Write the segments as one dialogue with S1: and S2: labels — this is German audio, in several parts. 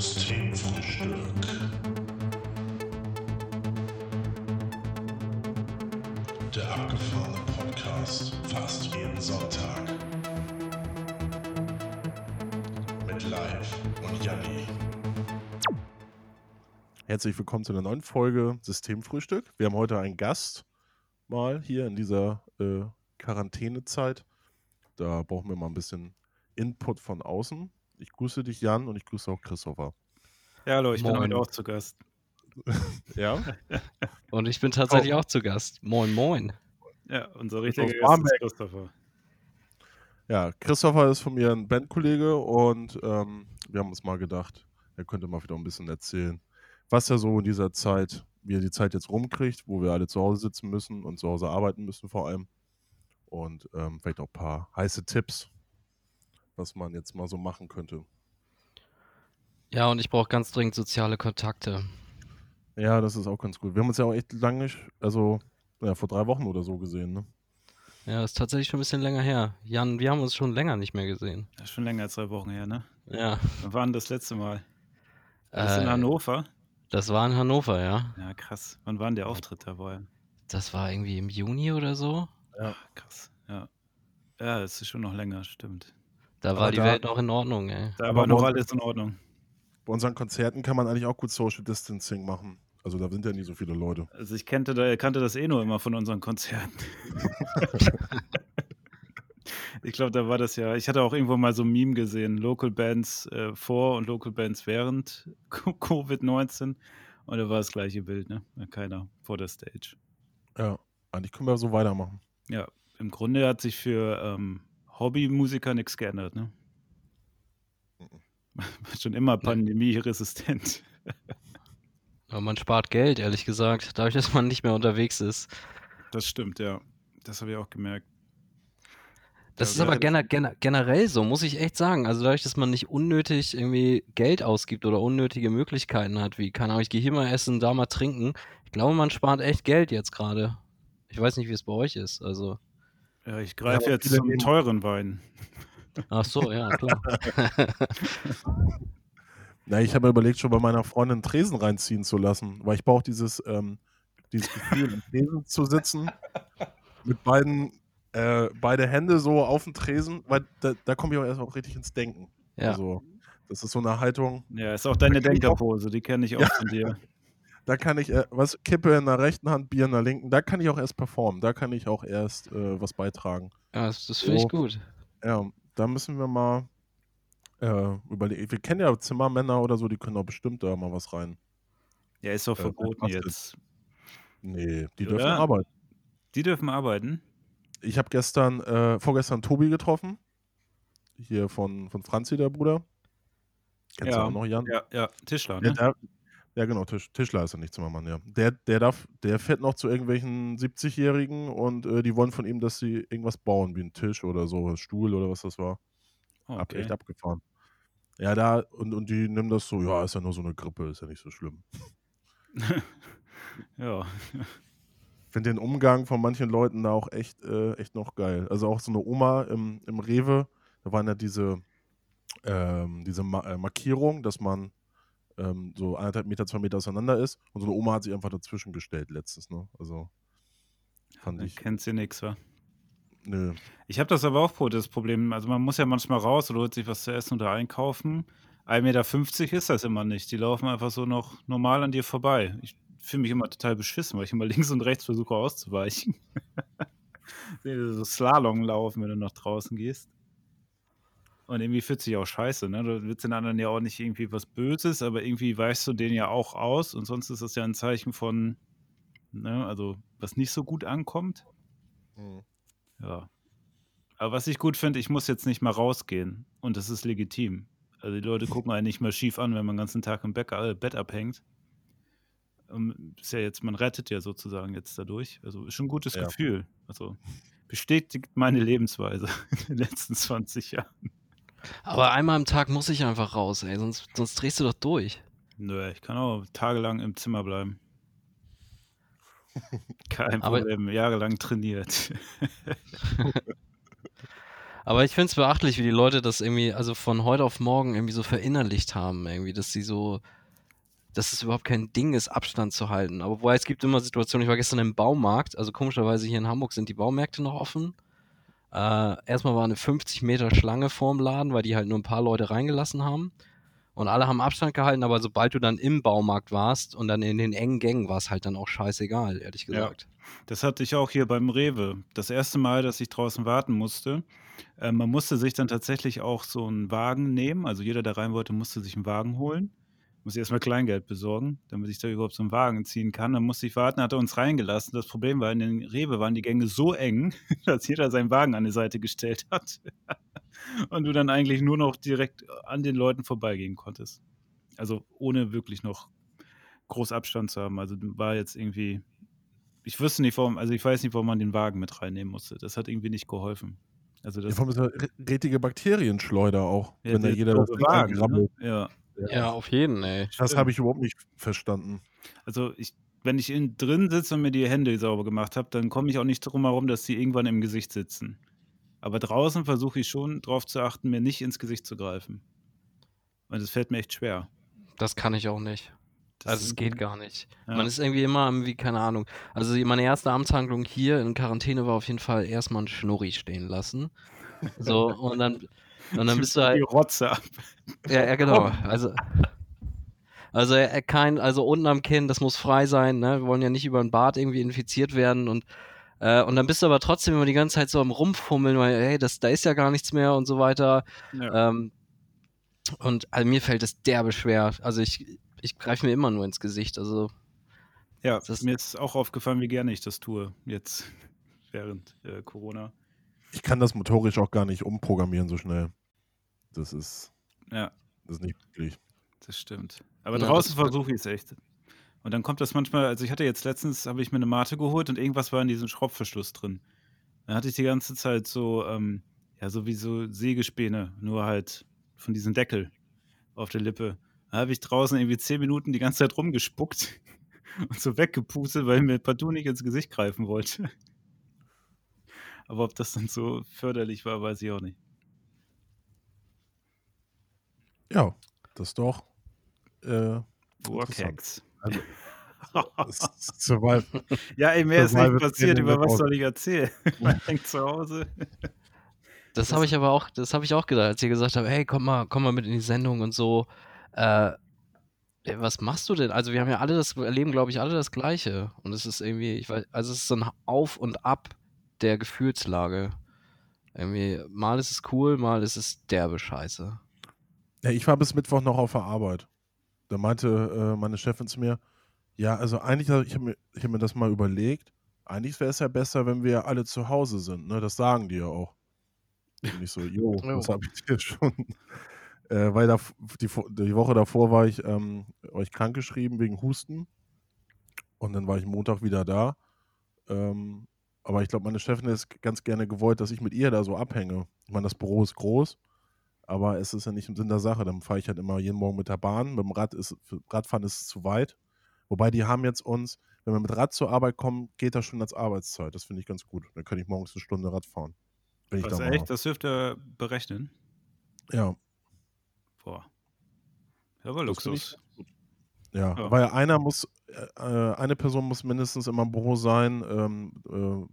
S1: Systemfrühstück. Der abgefahrene Podcast fast jeden Sonntag. Mit Live und Janni.
S2: Herzlich willkommen zu einer neuen Folge Systemfrühstück. Wir haben heute einen Gast mal hier in dieser äh, Quarantänezeit. Da brauchen wir mal ein bisschen Input von außen. Ich grüße dich, Jan, und ich grüße auch Christopher.
S3: Ja, hallo, ich bin
S4: Moin.
S3: heute auch zu Gast.
S2: Ja,
S4: Und ich bin tatsächlich auch zu Gast. Moin, moin.
S3: Ja, unser richtiger
S2: aus
S3: Gast
S2: Barmbek.
S3: ist Christopher.
S2: ja Christopher ist von mir ein Bandkollege und ähm, wir haben uns mal gedacht, er könnte mal wieder ein bisschen erzählen, was er so in dieser Zeit, wie er die Zeit jetzt rumkriegt, wo wir alle zu Hause sitzen müssen und zu Hause arbeiten müssen vor allem. Und ähm, vielleicht auch ein paar heiße Tipps, was man jetzt mal so machen könnte.
S4: Ja, und ich brauche ganz dringend soziale Kontakte.
S2: Ja, das ist auch ganz gut. Wir haben uns ja auch echt lange, nicht- also ja, vor drei Wochen oder so gesehen, ne?
S4: Ja, ist tatsächlich schon ein bisschen länger her. Jan, wir haben uns schon länger nicht mehr gesehen.
S3: Das ist schon länger als drei Wochen her, ne?
S4: Ja.
S3: Wann war denn das letzte Mal? War Das
S4: äh,
S3: in Hannover?
S4: Das war in Hannover, ja.
S3: Ja, krass. Wann war denn der Auftritt dabei?
S4: Das war irgendwie im Juni oder so.
S2: Ja.
S3: Ah, krass, ja. Ja, es ist schon noch länger, stimmt.
S4: Da
S2: Aber
S4: war die
S2: da-
S4: Welt noch in Ordnung, ey.
S3: Da
S2: Aber
S3: war noch
S2: morgen-
S3: alles in Ordnung.
S2: Bei unseren Konzerten kann man eigentlich auch gut Social Distancing machen. Also da sind ja nie so viele Leute.
S3: Also ich kannte, da, kannte das eh nur immer von unseren Konzerten. ich glaube, da war das ja. Ich hatte auch irgendwo mal so ein Meme gesehen, Local Bands äh, vor und Local Bands während Covid-19. Und da war das gleiche Bild, ne? Ja, Keiner vor der Stage.
S2: Ja. Eigentlich können wir so weitermachen.
S3: Ja, im Grunde hat sich für ähm, Hobbymusiker nichts geändert, ne?
S2: Mhm.
S3: War schon immer pandemieresistent.
S4: Aber man spart Geld, ehrlich gesagt, dadurch, dass man nicht mehr unterwegs ist.
S3: Das stimmt, ja. Das habe ich auch gemerkt.
S4: Das
S2: Ja,
S4: ist
S2: wir
S4: aber
S2: hätten-
S4: gener gener generell so, muss ich echt sagen. Also dadurch, dass man nicht unnötig irgendwie Geld ausgibt oder unnötige Möglichkeiten hat, wie kann ich gehe hier mal essen, da mal trinken. Ich glaube, man spart echt Geld jetzt gerade. Ich weiß nicht, wie es bei euch ist. Also,
S3: Ja, ich greife
S2: aber
S3: jetzt
S2: viele
S3: zum
S2: nehmen-
S3: teuren Wein.
S4: ach so, ja, klar.
S2: Na, ich habe überlegt, schon bei meiner Freundin einen Tresen reinziehen zu lassen, weil ich brauche dieses, ähm, dieses Gefühl, am Tresen zu sitzen, mit beiden, äh, beide Hände so auf dem Tresen, weil da, da komme ich auch erst auch richtig ins Denken.
S4: Ja.
S2: Also, das ist so eine Haltung,
S3: Ja, ist auch deine
S2: Da kann ich auch-
S3: Denkerpose, die kenne ich auch von dir.
S2: Da kann ich, äh, was, Kippe in der rechten Hand, Bier in der linken, da kann ich auch erst performen, da kann ich auch erst äh, was beitragen.
S4: ja das, das finde ich
S2: So.
S4: gut.
S2: Ja, da müssen wir mal äh, überlegen. Wir kennen ja Zimmermänner oder so, die können auch bestimmt da mal was rein.
S3: Ja, ist doch
S2: Ja,
S3: verboten
S2: was denn?
S3: jetzt.
S2: Nee, die
S3: Oder?
S2: dürfen arbeiten.
S3: Die dürfen arbeiten.
S2: Ich habe gestern, äh, vorgestern Tobi getroffen, hier von, von Franzi, der Bruder. Kennst du
S3: Ja.
S2: auch noch, Jan?
S3: Ja, ja, Tischler,
S2: Der
S3: ne?
S2: darf, ja, genau, Tisch, Tischler ist ja nicht Zimmermann, ja. Der, der darf, der fährt noch zu irgendwelchen 70-Jährigen und äh, die wollen von ihm, dass sie irgendwas bauen, wie einen Tisch oder so, einen Stuhl oder was das war.
S3: Oh,
S2: Ab,
S3: okay.
S2: echt abgefahren. Ja, da, und, und die nehmen das so, ja, ist ja nur so eine Grippe, ist ja nicht so schlimm.
S3: Ja,
S2: Ich finde den Umgang von manchen Leuten da auch echt, äh, echt noch geil. Also auch so eine Oma im, im Rewe, da waren ja diese, ähm, diese Ma äh, Markierung, dass man ähm, so anderthalb Meter, zwei Meter auseinander ist. Und so eine Oma hat sich einfach dazwischen gestellt letztens, ne? Also fand
S3: dann
S2: ich,
S3: kennst du nix, wa?
S2: nö.
S3: Ich habe das aber auch pro- das Problem. Also man muss ja manchmal raus oder holt sich was zu essen oder einkaufen. 1,50 Meter ist das immer nicht. Die laufen einfach so noch normal an dir vorbei. Ich fühle mich immer total beschissen, weil ich immer links und rechts versuche auszuweichen. Sehe so Slalom laufen, wenn du nach draußen gehst. Und irgendwie fühlt sich auch scheiße, ne? Du willst den anderen ja auch nicht irgendwie was Böses, aber irgendwie weichst du den ja auch aus und sonst ist das ja ein Zeichen von, ne, also was nicht so gut ankommt. Ja. Aber was ich gut finde, ich muss jetzt nicht mal rausgehen. Und das ist legitim. Also die Leute gucken einen nicht mehr schief an, wenn man den ganzen Tag im Bett, äh, Bett abhängt. Ähm, ist ja jetzt, man rettet ja sozusagen jetzt dadurch. Also ist schon ein gutes
S2: Ja.
S3: Gefühl. Also bestätigt meine Lebensweise in den letzten 20 Jahren.
S4: Aber einmal am Tag muss ich einfach raus, ey, sonst, sonst drehst du doch durch.
S3: Nö, ich kann auch tagelang im Zimmer bleiben. Kein
S4: Aber-
S3: Problem, jahrelang trainiert.
S4: Aber ich finde es beachtlich, wie die Leute das irgendwie, also von heute auf morgen irgendwie so verinnerlicht haben, irgendwie, dass sie so, dass es überhaupt kein Ding ist, Abstand zu halten. Aber wobei es gibt immer Situationen, ich war gestern im Baumarkt, also komischerweise hier in Hamburg sind die Baumärkte noch offen. Äh, erstmal war eine 50 Meter Schlange vorm Laden, weil die halt nur ein paar Leute reingelassen haben. Und alle haben Abstand gehalten, aber sobald du dann im Baumarkt warst und dann in den engen Gängen war es halt dann auch scheißegal, ehrlich
S3: Ja.
S4: gesagt.
S3: Das hatte ich auch hier beim Rewe. Das erste Mal, dass ich draußen warten musste. Äh, man musste sich dann tatsächlich auch so einen Wagen nehmen. Also jeder, der rein wollte, musste sich einen Wagen holen. Muss ich erstmal Kleingeld besorgen, damit ich da überhaupt so einen Wagen ziehen kann. Dann musste ich warten, hat er uns reingelassen. Das Problem war, in den Rewe waren die Gänge so eng, dass jeder seinen Wagen an die Seite gestellt hat. Und du dann eigentlich nur noch direkt an den Leuten vorbeigehen konntest. Also ohne wirklich noch groß Abstand zu haben. Also war jetzt irgendwie ich wüsste nicht, warum, also ich weiß nicht, warum man den Wagen mit reinnehmen musste. Das hat irgendwie nicht geholfen. Also
S2: Ja,
S3: das
S2: vor allem ist ja richtige Bakterienschleuder auch, wenn da
S3: der
S2: jeder
S3: doofe
S2: das Ding
S3: ne?
S2: angrabbelt.
S3: Ja.
S4: Ja, auf jeden, ey.
S2: Das habe ich überhaupt nicht verstanden.
S3: Also ich, wenn ich innen drin sitze und mir die Hände sauber gemacht habe, dann komme ich auch nicht drum herum, dass die irgendwann im Gesicht sitzen. Aber draußen versuche ich schon drauf zu achten, mir nicht ins Gesicht zu greifen. Und das fällt mir echt schwer.
S4: Das kann ich auch nicht.
S3: Das
S4: also es geht gar nicht.
S3: Ja.
S4: Man ist irgendwie immer am- wie, keine Ahnung. Also die- meine erste Amtshandlung hier in Quarantäne war auf jeden Fall erstmal einen Schnurri stehen lassen. So, und dann, und dann bist du halt.
S3: Die Rotze ab.
S4: Ja, ja genau. Also, also er, er kein, also unten am Kinn, das muss frei sein, ne? Wir wollen ja nicht über den Bart irgendwie infiziert werden und äh, und dann bist du aber trotzdem immer die ganze Zeit so am Rumfummeln, weil, hey, das, da ist ja gar nichts mehr und so weiter.
S3: Ja.
S4: Ähm, und also mir fällt es derbe schwer. Also ich, ich greife mir immer nur ins Gesicht. Also
S3: Ja,
S4: das-
S3: mir ist auch aufgefallen, wie gerne ich das tue jetzt während äh, Corona.
S2: Ich kann das motorisch auch gar nicht umprogrammieren so schnell. Das ist,
S3: Ja.
S2: das ist nicht möglich.
S3: Das stimmt. Aber
S4: Ja,
S3: draußen
S4: das-
S3: versuche ich es echt. Und dann kommt das manchmal, also ich hatte jetzt letztens, habe ich mir eine Mate geholt und irgendwas war in diesem Schraubverschluss drin. Dann hatte ich die ganze Zeit so, ähm, ja, so wie so Sägespäne, nur halt von diesem Deckel auf der Lippe. Da habe ich draußen irgendwie zehn Minuten die ganze Zeit rumgespuckt und so weggepustet, weil ich mir partout nicht ins Gesicht greifen wollte. Aber ob das dann so förderlich war, weiß ich auch nicht.
S2: Ja, das ist doch äh,
S3: Warcacks.
S2: Also- Survival.
S3: Ja, ey, mehr ist nicht
S2: Survival
S3: passiert.
S2: Training
S3: Über was
S2: Workout.
S3: soll ich erzählen? Man hängt zu Hause.
S4: das habe ich aber auch, das habe ich auch gedacht, als ihr gesagt habt, hey, komm mal, komm mal mit in die Sendung und so. Äh, ey, was machst du denn? Also wir haben ja alle das, wir erleben glaube ich alle das Gleiche. Und es ist irgendwie, ich weiß, also es ist so ein Auf und Ab der Gefühlslage. Irgendwie, mal ist es cool, mal ist es derbe Scheiße.
S2: Ja, ich war bis Mittwoch noch auf der Arbeit. Da meinte äh, meine Chefin zu mir, ja, also eigentlich, ich habe mir, ich hab mir das mal überlegt, eigentlich wäre es ja besser, wenn wir alle zu Hause sind. Ne? Das sagen die ja auch. Und ich so, jo,
S4: Jo.
S2: das habe ich dir schon. Äh, weil da, die, Vo- die Woche davor war ich, ähm, war ich krankgeschrieben wegen Husten. Und dann war ich Montag wieder da. Ähm, aber ich glaube, meine Chefin ist ganz gerne gewollt, dass ich mit ihr da so abhänge. Ich meine, das Büro ist groß, aber es ist ja nicht im Sinn der Sache. Dann fahre ich halt immer jeden Morgen mit der Bahn. Mit dem Rad ist, für Radfahren ist es zu weit. Wobei die haben jetzt uns, wenn wir mit Rad zur Arbeit kommen, geht das schon als Arbeitszeit. Das finde ich ganz gut. Dann kann ich morgens eine Stunde Rad fahren. Wenn ich
S3: Was
S2: da mal
S3: echt? Das dürfte er berechnen.
S2: ja,
S3: Boah. Ja, war
S2: Das finde ich
S3: Luxus.
S2: Ja,
S3: Ja.
S2: weil einer muss, äh, eine Person muss mindestens immer im Büro sein, ähm,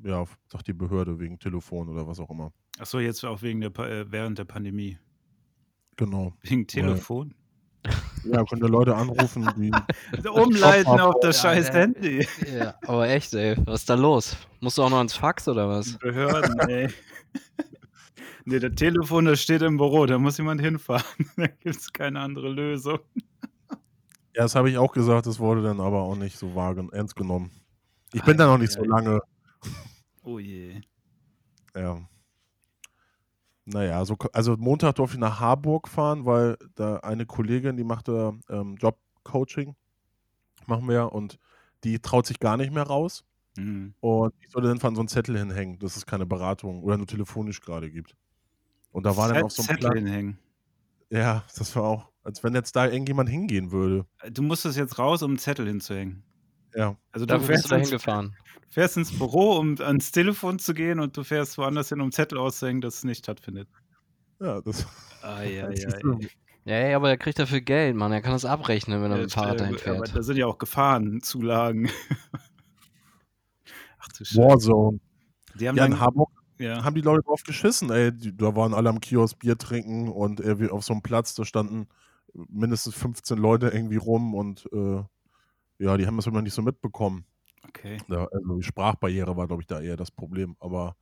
S2: äh, ja, sagt die Behörde wegen Telefon oder was auch immer.
S3: Achso, jetzt auch wegen der, Pa- äh, während der Pandemie.
S2: Genau.
S3: Wegen Telefon.
S2: Ja, können die Leute anrufen, die.
S3: Umleiten auf das
S4: Ja,
S3: scheiß
S4: ja.
S3: Handy.
S4: Ja, aber echt, ey, was ist da los? Musst du auch noch ins Fax oder was?
S3: Behörden, ey. Nee, das Telefon, das steht im Büro, da muss jemand hinfahren. Da gibt es keine andere Lösung.
S2: Ja, das habe ich auch gesagt, das wurde dann aber auch nicht so wahr, ernst genommen. Ich bin da noch nicht so
S3: Ei, ei,
S2: lange.
S3: Oh je.
S2: Ja. Naja, so, ko- also Montag durfte ich nach Harburg fahren, weil da eine Kollegin, die macht da ähm, Jobcoaching, machen wir und die traut sich gar nicht mehr raus.
S3: Mhm.
S2: Und ich sollte dann von so einen Zettel hinhängen, dass es keine Beratung oder nur telefonisch gerade gibt. Und da war dann
S3: Zett-
S2: auch so ein
S3: Zettel
S2: Plan.
S3: hinhängen.
S2: Ja, das war auch, als wenn jetzt da irgendjemand hingehen würde.
S3: Du musstest jetzt raus, um einen Zettel hinzuhängen.
S2: Ja.
S3: Also du
S4: Dafür
S3: fährst,
S4: bist du dahin
S3: ins,
S4: gefahren.
S3: fährst ins Büro, um ans Telefon zu gehen und du fährst woanders hin, um Zettel auszuhängen, dass es nicht stattfindet.
S2: Ja, das,
S3: Ah,
S2: das ist
S4: Ja, ja, aber er kriegt dafür Geld, Mann. Er kann das abrechnen, wenn er
S3: Ja,
S4: mit dem Fahrrad
S3: äh,
S4: dahin
S3: aber
S4: fährt.
S3: da sind ja auch Gefahrenzulagen. Ach du Scheiße.
S2: Warzone.
S3: Die haben
S2: Ja, in
S3: dann,
S2: Hamburg
S3: ja.
S2: haben die Leute drauf geschissen, ey. Die, da waren alle am Kiosk Bier trinken und irgendwie auf so einem Platz, da standen mindestens 15 Leute irgendwie rum und äh, ja, die haben das immer nicht so mitbekommen.
S3: Okay.
S2: Ja, also die Sprachbarriere war, glaube ich, da eher das Problem. Aber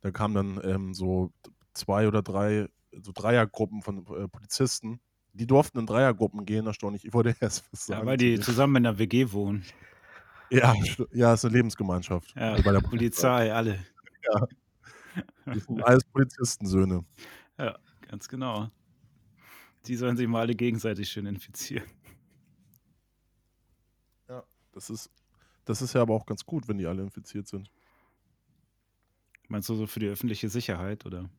S2: da kamen dann ähm, so zwei oder drei, so Dreiergruppen von äh, Polizisten. Die durften in Dreiergruppen gehen, erstaunlich. Ich wollte erst was sagen.
S3: Ja, weil
S2: zu
S3: die
S2: dem.
S3: zusammen in der WG wohnen.
S2: ja, st- ja, ist eine Lebensgemeinschaft.
S3: Ja,
S2: Also bei der
S3: Polizei, alle.
S2: Die sind alles Polizistensöhne.
S3: Ganz genau. Die sollen sich mal alle gegenseitig schön infizieren.
S2: Das ist, das ist ja aber auch ganz gut, wenn die alle infiziert sind.
S3: Meinst du so für die öffentliche Sicherheit, oder?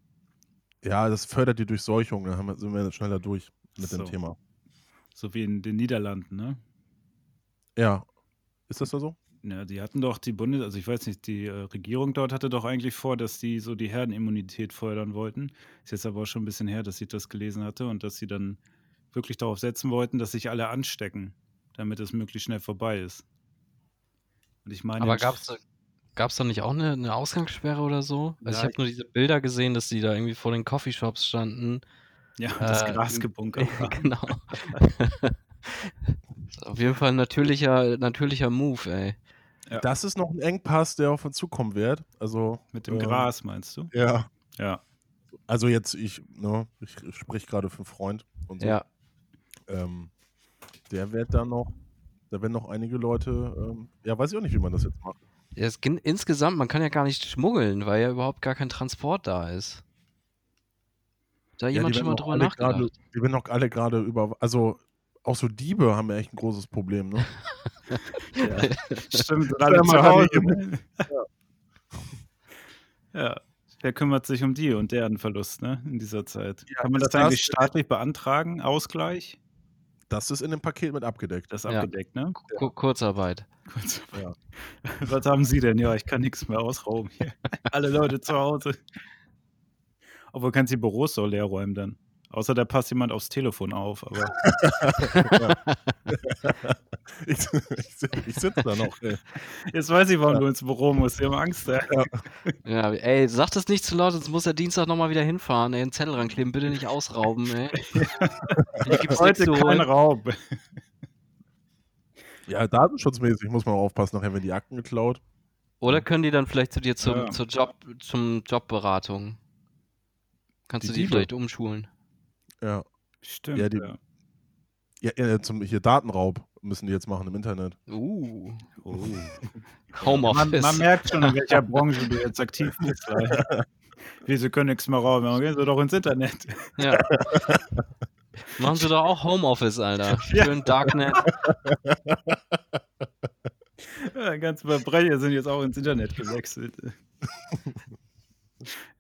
S2: Ja, das fördert die Durchseuchung, da haben wir- sind wir schneller durch mit
S3: So.
S2: dem Thema.
S3: So wie in den Niederlanden, ne?
S2: Ja. Ist das da so?
S3: Ja, die hatten doch die Bundes, also ich weiß nicht, die äh, Regierung dort hatte doch eigentlich vor, dass die so die Herdenimmunität fördern wollten. Ist jetzt aber auch schon ein bisschen her, dass ich das gelesen hatte und dass sie dann wirklich darauf setzen wollten, dass sich alle anstecken, damit es möglichst schnell vorbei ist. Und ich meine,
S4: Aber
S3: in-
S4: gab's gab's da nicht auch eine, eine Ausgangssperre oder so? Also
S3: Ja,
S4: ich habe nur diese Bilder gesehen, dass die da irgendwie vor den Coffeeshops standen.
S3: ja, das
S4: äh,
S3: Gras
S4: im-
S3: gebunkert.
S4: Ja, genau. Ist Auf jeden Fall ein natürlicher, natürlicher Move, ey.
S3: Ja.
S2: Das ist noch ein Engpass, der auf uns zukommen wird. Also,
S3: Mit dem
S2: äh,
S3: Gras, meinst du?
S2: Ja.
S3: Ja.
S2: Also jetzt, ich, ne, ich sprich gerade für einen Freund und so.
S4: Ja.
S2: Ähm, der wird da noch, da werden noch einige Leute, ähm, ja, weiß ich auch nicht, wie man das jetzt macht.
S4: ja es, ging- insgesamt, man kann ja gar nicht schmuggeln, weil ja überhaupt gar kein Transport da ist. Hat Da
S2: Ja,
S4: jemand
S2: die
S4: schon
S2: werden
S4: mal
S2: noch
S4: drüber
S2: alle
S4: nachgedacht.
S2: gerade- Die werden noch alle gerade über, also auch so Diebe haben ja echt ein großes Problem, ne?
S3: Ja. Stimmt, sind
S2: Stell
S3: alle
S2: mal
S3: zu
S2: raus,
S3: Hause. Ne? Ja. wer kümmert sich um die und deren Verlust ne, in dieser Zeit?
S2: Ja,
S3: Kann man das,
S2: ist das-
S3: eigentlich staatlich beantragen, Ausgleich?
S2: Das ist in dem Paket mit abgedeckt.
S3: Das ist
S4: Ja.
S3: abgedeckt, ne?
S4: Ku- Kurzarbeit.
S3: Kurz.
S2: Ja.
S3: Was haben Sie denn? Ja, ich kann nichts mehr ausrauben hier. Alle Leute zu Hause. Obwohl kannst du die Büros so leer räumen dann. Außer da passt jemand aufs Telefon auf. Aber
S2: Ich, ich, ich sitze da noch. Ey.
S3: jetzt weiß ich, warum du ins Büro musst. Wir haben Angst. Ja.
S4: Ja, ey, sag das nicht zu laut, sonst muss er Dienstag nochmal wieder hinfahren, ey, einen Zettel rankleben, bitte nicht ausrauben, ey. Hier gibt's nichts
S3: Heute
S4: zu
S3: kein
S4: holen.
S3: Raub.
S2: Ja, datenschutzmäßig muss man auch aufpassen, nachher werden die Akten geklaut.
S4: Oder können die dann vielleicht zu dir zum,
S3: Ja.
S4: zur Job, zum Jobberatung? Kannst
S2: Die
S4: du die
S2: Diebe.
S4: vielleicht umschulen?
S2: Ja.
S3: Stimmt.
S2: Ja, die- Ja, ja zum, hier Datenraub müssen die jetzt machen im Internet.
S4: Uh,
S3: Oh. Man,
S4: Homeoffice.
S3: man merkt schon, in welcher Branche du jetzt aktiv bist. Leute. Wir sie können nichts mehr rauben. Ja, Gehen Sie doch ins Internet.
S4: Ja. Machen sie doch auch Homeoffice, Alter.
S3: Ja.
S4: Schön Darknet.
S3: Ja, ganze Verbrecher sind jetzt auch ins Internet gewechselt.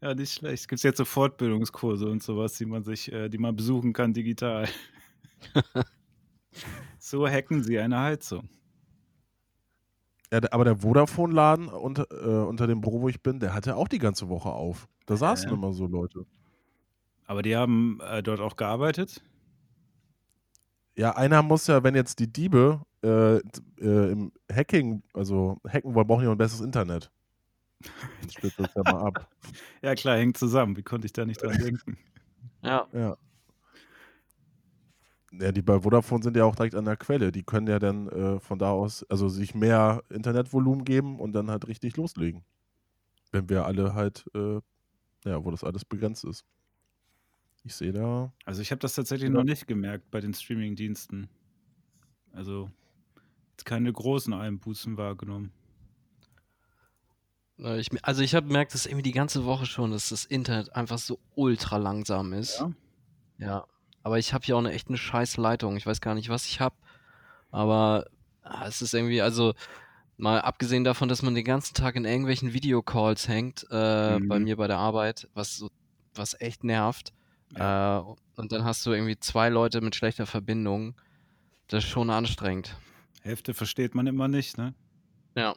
S3: Ja, nicht schlecht. Es gibt jetzt so Fortbildungskurse und sowas, die man sich, äh, die man besuchen kann digital. So hacken sie eine Heizung.
S2: Ja, der- aber der Vodafone-Laden unter, äh, unter dem Büro, wo ich bin, der hatte auch die ganze Woche auf. Da saßen
S3: Ja.
S2: immer so Leute.
S3: Aber die haben äh, dort auch gearbeitet.
S2: Ja, einer muss ja, wenn jetzt die Diebe äh, t- äh, im Hacking, also hacken wollen, brauchen die noch ein besseres Internet. Dann splittet das ja mal ab.
S3: Ja, klar, hängt zusammen. Wie konnte ich da nicht dran denken?
S4: Ja.
S2: Ja, die bei Vodafone sind ja auch direkt an der Quelle. Die können ja dann äh, von da aus, also sich mehr Internetvolumen geben und dann halt richtig loslegen. Wenn wir alle halt, äh, ja, wo das alles begrenzt ist. Ich sehe da,
S3: Also ich habe das tatsächlich
S2: Ja.
S3: noch nicht gemerkt bei den Streaming-Diensten. Also jetzt keine großen Einbußen wahrgenommen.
S4: Äh, Ich, also ich habe gemerkt, dass irgendwie die ganze Woche schon, dass das Internet einfach so ultra langsam ist.
S3: Ja.
S4: Ja. Aber ich habe hier auch eine echt eine scheiß Leitung. Ich weiß gar nicht, was ich habe. Aber ah, es ist irgendwie, also mal abgesehen davon, dass man den ganzen Tag in irgendwelchen Videocalls hängt, äh, bei
S3: Mhm.
S4: mir bei der Arbeit, was so, was echt nervt. Äh, und dann hast du irgendwie zwei Leute mit schlechter Verbindung. Das ist schon anstrengend.
S3: Hälfte versteht man immer nicht, ne?
S4: Ja.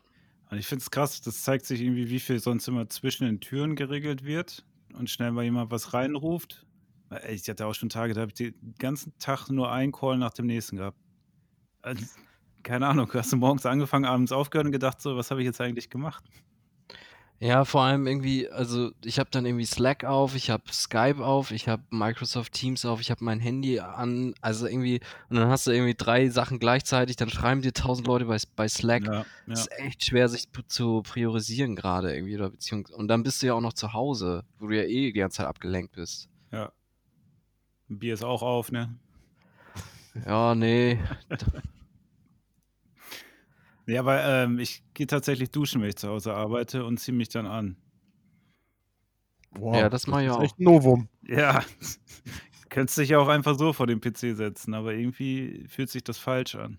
S3: Und ich finde es krass, das zeigt sich irgendwie, wie viel sonst immer zwischen den Türen geregelt wird und schnell mal jemand was reinruft. Weil, ey, Ich hatte auch schon Tage, da habe ich den ganzen Tag nur einen Call nach dem nächsten gehabt. Also, keine Ahnung, hast du morgens angefangen, abends aufgehört und gedacht, so, was habe ich jetzt eigentlich gemacht?
S4: Ja, vor allem irgendwie, also ich habe dann irgendwie Slack auf, ich habe Skype auf, ich habe Microsoft Teams auf, ich habe mein Handy an, also irgendwie, und dann hast du irgendwie drei Sachen gleichzeitig, dann schreiben dir tausend Leute bei, bei Slack.
S3: Ja, ja.
S4: Ist echt schwer, sich p- zu priorisieren gerade irgendwie, oder beziehungsweise, und dann bist du ja auch noch zu Hause, wo du ja eh die ganze Zeit abgelenkt bist.
S3: ja. Ein Bier ist auch auf, ne?
S4: Ja, nee,
S3: Ja, weil ähm, ich gehe tatsächlich duschen, wenn ich zu Hause arbeite und ziehe mich dann an.
S2: Wow,
S4: Ja, das mach ich
S2: ist
S4: auch.
S2: echt ein Novum.
S3: Ja, könntest dich ja auch einfach so vor den PC setzen, aber irgendwie fühlt sich das falsch an.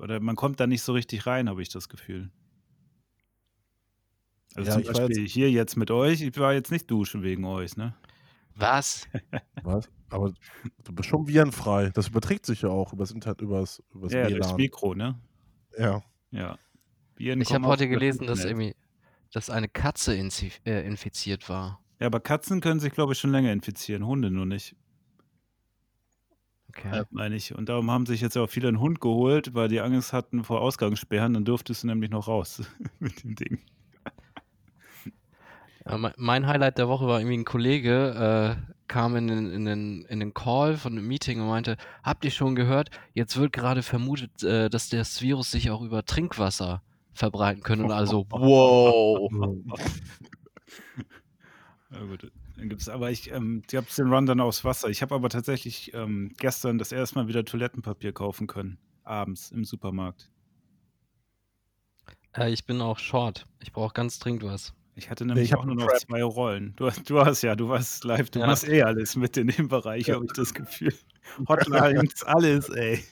S3: Oder man kommt da nicht so richtig rein, habe ich das Gefühl. Also
S2: Ja,
S3: zum
S2: ich war
S3: Beispiel hier jetzt mit euch, ich war jetzt nicht duschen wegen euch, ne?
S4: was?
S2: Was? Aber du bist schon virenfrei. Das überträgt sich ja auch übers Internet, übers, übers
S3: ja, durchs
S2: WLAN.
S3: Mikro, ne?
S2: Ja.
S3: Ja. Viren
S4: Ich
S3: kommen
S4: habe
S3: auch
S4: heute
S3: über das
S4: gelesen, dass
S3: Internet.
S4: irgendwie, dass eine Katze inzi- äh, infiziert war.
S3: Ja, aber Katzen können sich, glaube ich, schon länger infizieren, Hunde nur nicht.
S4: Okay.
S3: Ja. Meine ich. Und darum haben sich jetzt auch viele einen Hund geholt, weil die Angst hatten vor Ausgangssperren. Dann durftest du nämlich noch raus mit dem Ding.
S4: Ja, me- mein Highlight der Woche war irgendwie ein Kollege, äh, kam in den, in, den, in den Call von einem Meeting und meinte, habt ihr schon gehört, jetzt wird gerade vermutet, äh, dass das Virus sich auch über Trinkwasser verbreiten könnte. Und also, wow.
S3: Ja, gut. Dann gibt's, aber ich, ähm, ich habe den Run dann aufs Wasser. Ich habe aber tatsächlich ähm, gestern das erste Mal wieder Toilettenpapier kaufen können. Abends im Supermarkt.
S4: Äh, ich bin auch short. Ich brauche ganz dringend was.
S3: Ich hatte nämlich
S2: ich hab
S3: auch nur noch
S2: Prep.
S3: zwei Rollen. Du, hast- du hast ja, du warst live, du
S4: Ja.
S3: machst eh alles mit in dem Bereich, habe ich das Gefühl. Hotlines, alles, ey.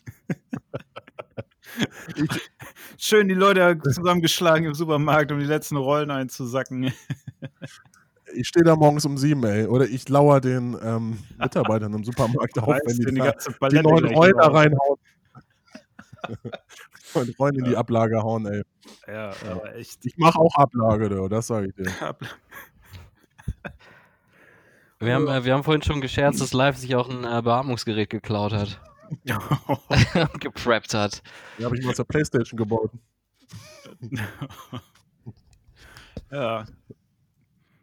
S3: Schön die Leute zusammengeschlagen im Supermarkt, um die letzten Rollen einzusacken.
S2: Ich stehe da morgens um sieben, ey. Oder ich lauere den ähm, Mitarbeitern im Supermarkt auf, wenn die, da,
S3: ganze
S2: die
S3: Palette
S2: neuen
S3: gleich
S2: Rollen da
S3: drauf.
S2: reinhauen. Und Rollen in die Ablage hauen, ey.
S3: Ja, aber echt.
S2: Ich mache auch Ablage, du, das sage ich dir.
S4: Wir haben, äh, wir haben vorhin schon gescherzt, dass Live sich auch ein äh, Beatmungsgerät geklaut hat. gepreppt hat.
S2: Den habe ich mal zur Playstation gebaut.
S3: Ja.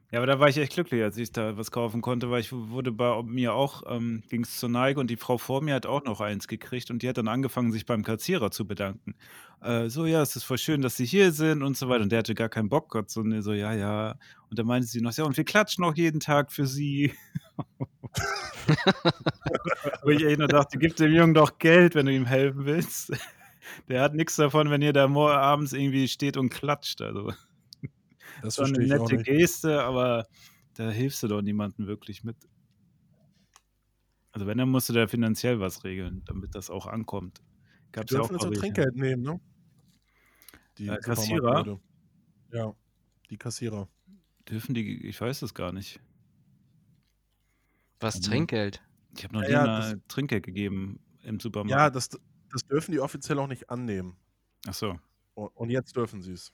S3: Ja, aber da war ich echt glücklich, als ich da was kaufen konnte, weil ich wurde bei mir auch, ähm, ging es zur Neige und die Frau vor mir hat auch noch eins gekriegt und die hat dann angefangen, sich beim Kassierer zu bedanken. Äh, so, ja, es ist voll schön, dass Sie hier sind und so weiter. Und der hatte gar keinen Bock, Gott, so, nee, so, ja, ja. Und dann meinte sie noch, ja, und wir klatschen auch jeden Tag für Sie. Wo ich echt nur dachte, gib dem Jungen doch Geld, wenn du ihm helfen willst. Der hat nichts davon, wenn ihr da mor- abends irgendwie steht und klatscht. Also
S2: Das
S3: so eine
S2: verstehe ich auch
S3: nette
S2: nicht.
S3: Geste, aber da hilfst du doch niemandem wirklich mit. Also wenn, dann musst du da finanziell was regeln, damit das auch ankommt. Gab's
S2: Die
S3: ja auch
S2: dürfen jetzt
S3: paar
S2: noch
S3: Regeln.
S2: Trinkgeld nehmen, ne? Die
S3: Äh,
S2: Supermarktleute. Ja, die Kassierer.
S3: Dürfen die, ich weiß es gar nicht.
S4: Was
S3: Mhm.
S4: Trinkgeld?
S3: Ich habe noch
S2: Ja,
S3: nie
S2: ja,
S3: eine Trinkgeld gegeben im
S2: Ja,
S3: Supermarkt.
S2: das, das dürfen die offiziell auch nicht annehmen.
S3: Ach so.
S2: Und, und jetzt dürfen sie es.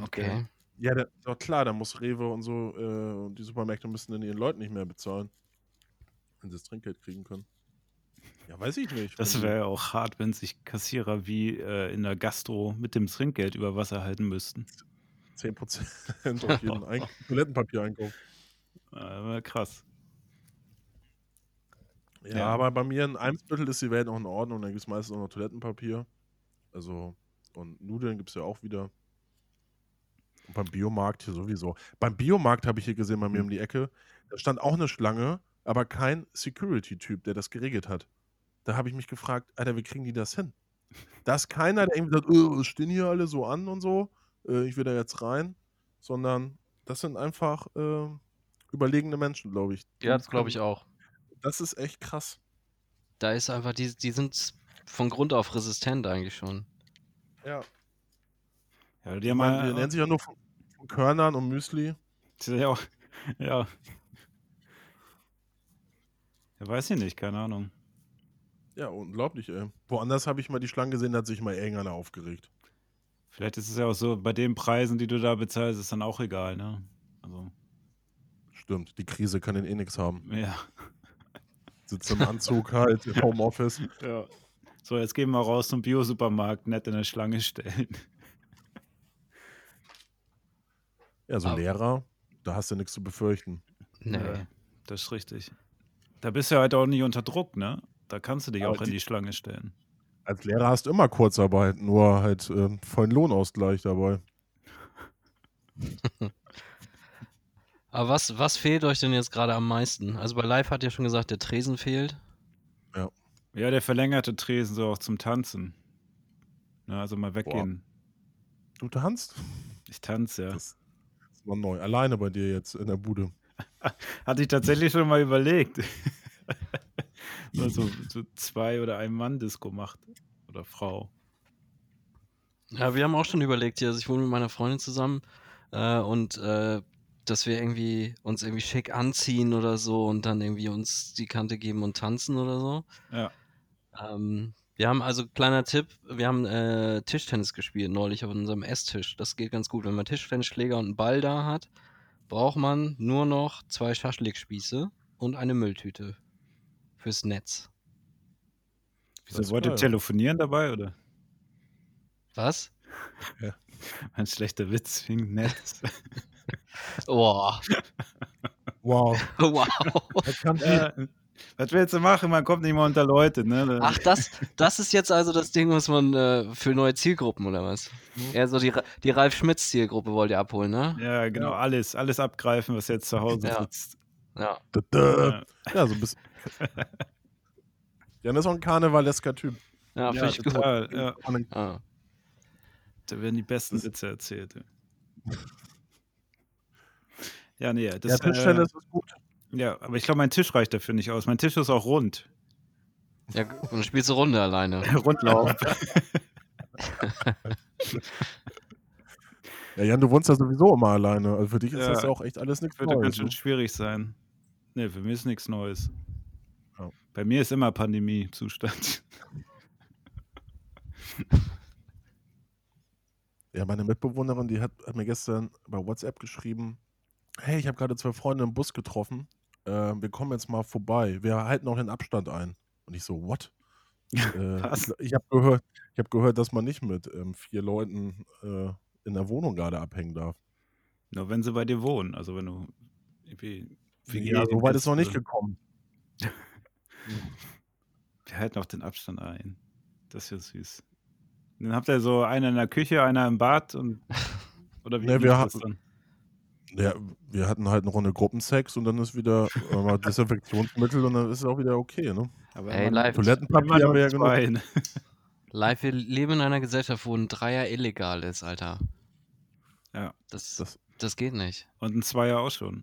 S4: Okay.
S2: Ja, da, doch klar, da muss Rewe und so, äh, und die Supermärkte müssen dann ihren Leuten nicht mehr bezahlen, wenn sie das Trinkgeld kriegen können. Ja, weiß ich nicht.
S3: Das
S2: Wenn
S3: wäre ja auch hart, wenn sich Kassierer wie äh, in der Gastro mit dem Trinkgeld über Wasser halten müssten.
S2: sie 10% auf jeden Ein Toilettenpapier einkaufen.
S3: Äh, wär krass.
S2: Ja,
S3: Ja.
S2: aber bei mir in Eimsbüttel ist die Welt noch in Ordnung. Da gibt es meistens auch noch Toilettenpapier. Also, und Nudeln gibt es ja auch wieder. Und beim Biomarkt hier sowieso. Beim Biomarkt habe ich hier gesehen, bei mir
S3: Mhm.
S2: um die Ecke, da stand auch eine Schlange, aber kein Security-Typ, der das geregelt hat. Da habe ich mich gefragt, Alter, wie kriegen die das hin? Da ist keiner, der irgendwie sagt, "Äh, es stehen hier alle so an und so, äh, ich will da jetzt rein, sondern das sind einfach äh, überlegene Menschen, glaube ich.
S4: Ja,
S3: Mhm.
S4: das glaube ich auch.
S2: Das ist echt krass.
S4: Da ist einfach, die, die sind von Grund auf resistent eigentlich schon.
S2: Ja,
S3: Ja, die haben
S2: Man, die
S3: ja-
S2: ernähren sich ja nur von, von Körnern und Müsli.
S3: Ja, ja. Ja, weiß ich nicht, keine Ahnung.
S2: Ja, unglaublich, ey. Woanders habe ich mal die Schlangen gesehen, da hat sich mal irgendeiner aufgeregt.
S3: Vielleicht ist es ja auch so, bei den Preisen, die du da bezahlst, ist dann auch egal, ne? Also,
S2: Stimmt, die Krise kann den eh nichts haben.
S3: ja.
S2: Sitzt im Anzug halt, im Homeoffice.
S3: ja. So, jetzt gehen wir raus zum Bio-Supermarkt, nett in der Schlange stellen.
S2: Ja, so
S4: Aber-
S2: Lehrer, da hast du nichts zu befürchten.
S4: Nee.
S3: Ja, das ist richtig. Da bist du ja halt auch nicht unter Druck, ne? Da kannst du dich
S2: Aber
S3: auch in
S2: die-
S3: die Schlange stellen.
S2: Als Lehrer hast du immer Kurzarbeit, nur halt äh, vollen Lohnausgleich dabei.
S4: Aber was, was fehlt euch denn jetzt gerade am meisten? Also bei Live hat ja schon gesagt, der Tresen fehlt.
S3: Ja, der verlängerte Tresen so auch zum Tanzen. Na, also mal weggehen.
S2: Du tanzt?
S3: Ich tanze, ja.
S2: Das ist mal neu. Alleine bei dir jetzt in der Bude.
S3: Hatte ich tatsächlich schon mal überlegt. Mal so, so zwei oder ein Mann Disco macht. Oder Frau.
S4: Ja, wir haben auch schon überlegt hier, also ich wohne mit meiner Freundin zusammen äh, und äh, dass wir irgendwie uns irgendwie schick anziehen oder so und dann irgendwie uns die Kante geben und tanzen oder so.
S3: Ja.
S4: Ähm, wir haben also kleiner Tipp, wir haben äh, Tischtennis gespielt neulich auf unserem Esstisch. Das geht ganz gut, wenn man Tischtennisschläger und einen Ball da hat, braucht man nur noch zwei Schaschlikspieße und eine Mülltüte fürs Netz.
S3: Wieso
S2: Das ist
S3: wollt ihr
S2: geil.
S3: telefonieren dabei, oder?
S4: Was?
S3: Ein schlechter Witz, fing nett.
S4: Boah,
S2: Wow.
S4: wow.
S2: Das kann
S3: ja, was willst du machen? Man kommt nicht mal unter Leute, ne? Da-
S4: Ach, das, das ist jetzt also das Ding, was man äh, für neue Zielgruppen oder was? Ja, so die, Ra- die Ralf Schmitz-Zielgruppe wollt ihr abholen, ne?
S3: Ja, genau, alles, alles abgreifen, was jetzt zu Hause
S4: Ja.
S3: sitzt.
S4: Ja.
S2: Da, da.
S3: Ja.
S2: Ja, so ein bisschen. Jan ist auch ein karnevalesker Typ.
S4: Ja,
S3: Ja,
S4: finde ich gut. Ah.
S3: total. Ja,
S4: Ja.
S3: da werden die besten Witze erzählt. Ja, ja nee, das
S2: ja,
S3: äh,
S2: Tischtennis ist gut.
S3: Ja, aber ich glaube, mein Tisch reicht dafür nicht aus. Mein Tisch ist auch rund.
S4: ja, und dann spielst du Runde alleine.
S3: Rundlauf.
S2: Ja, Jan, du wohnst ja sowieso immer alleine. Also für dich ist
S3: Ja.
S2: das ja auch echt alles nichts
S3: Das würde ganz
S2: Neues.
S3: schön
S2: Ne?
S3: schwierig sein. Nee, für mich ist nichts Neues.
S2: Ja.
S3: Bei mir ist immer Pandemie-Zustand.
S2: Ja, meine Mitbewohnerin, die hat, hat mir gestern bei WhatsApp geschrieben: Hey, ich habe gerade zwei Freunde im Bus getroffen. Äh, wir kommen jetzt mal vorbei. Wir halten auch den Abstand ein. Und ich so: What? Äh,
S3: Was?
S2: ich habe gehört, ich hab gehört, dass man nicht mit ähm, vier Leuten äh, in der Wohnung gerade abhängen darf.
S3: Nur wenn sie bei dir wohnen. Also wenn du irgendwie.
S2: ja, so weit ist noch nicht
S3: gekommen.
S2: gekommen.
S3: Wir halten auch den Abstand ein. Das ist ja süß. Dann habt ihr so einer in der Küche, einer im Bad und. Oder wie
S2: Nee, wir
S3: lief das
S2: hatten-
S3: dann?
S2: Ja, wir hatten halt eine Runde Gruppensex und dann ist wieder äh, mal Desinfektionsmittel und dann ist es auch wieder okay, ne?
S3: Aber
S4: Ey,
S3: immer-
S4: live.
S2: Toilettenpapier
S3: immer
S2: haben wir ja genug.
S3: nur zwei. ne?
S4: Live, wir leben in einer Gesellschaft, wo ein Dreier illegal ist, Alter.
S3: Ja.
S4: Das, das,
S2: Das-
S4: geht nicht.
S3: Und ein Zweier auch schon.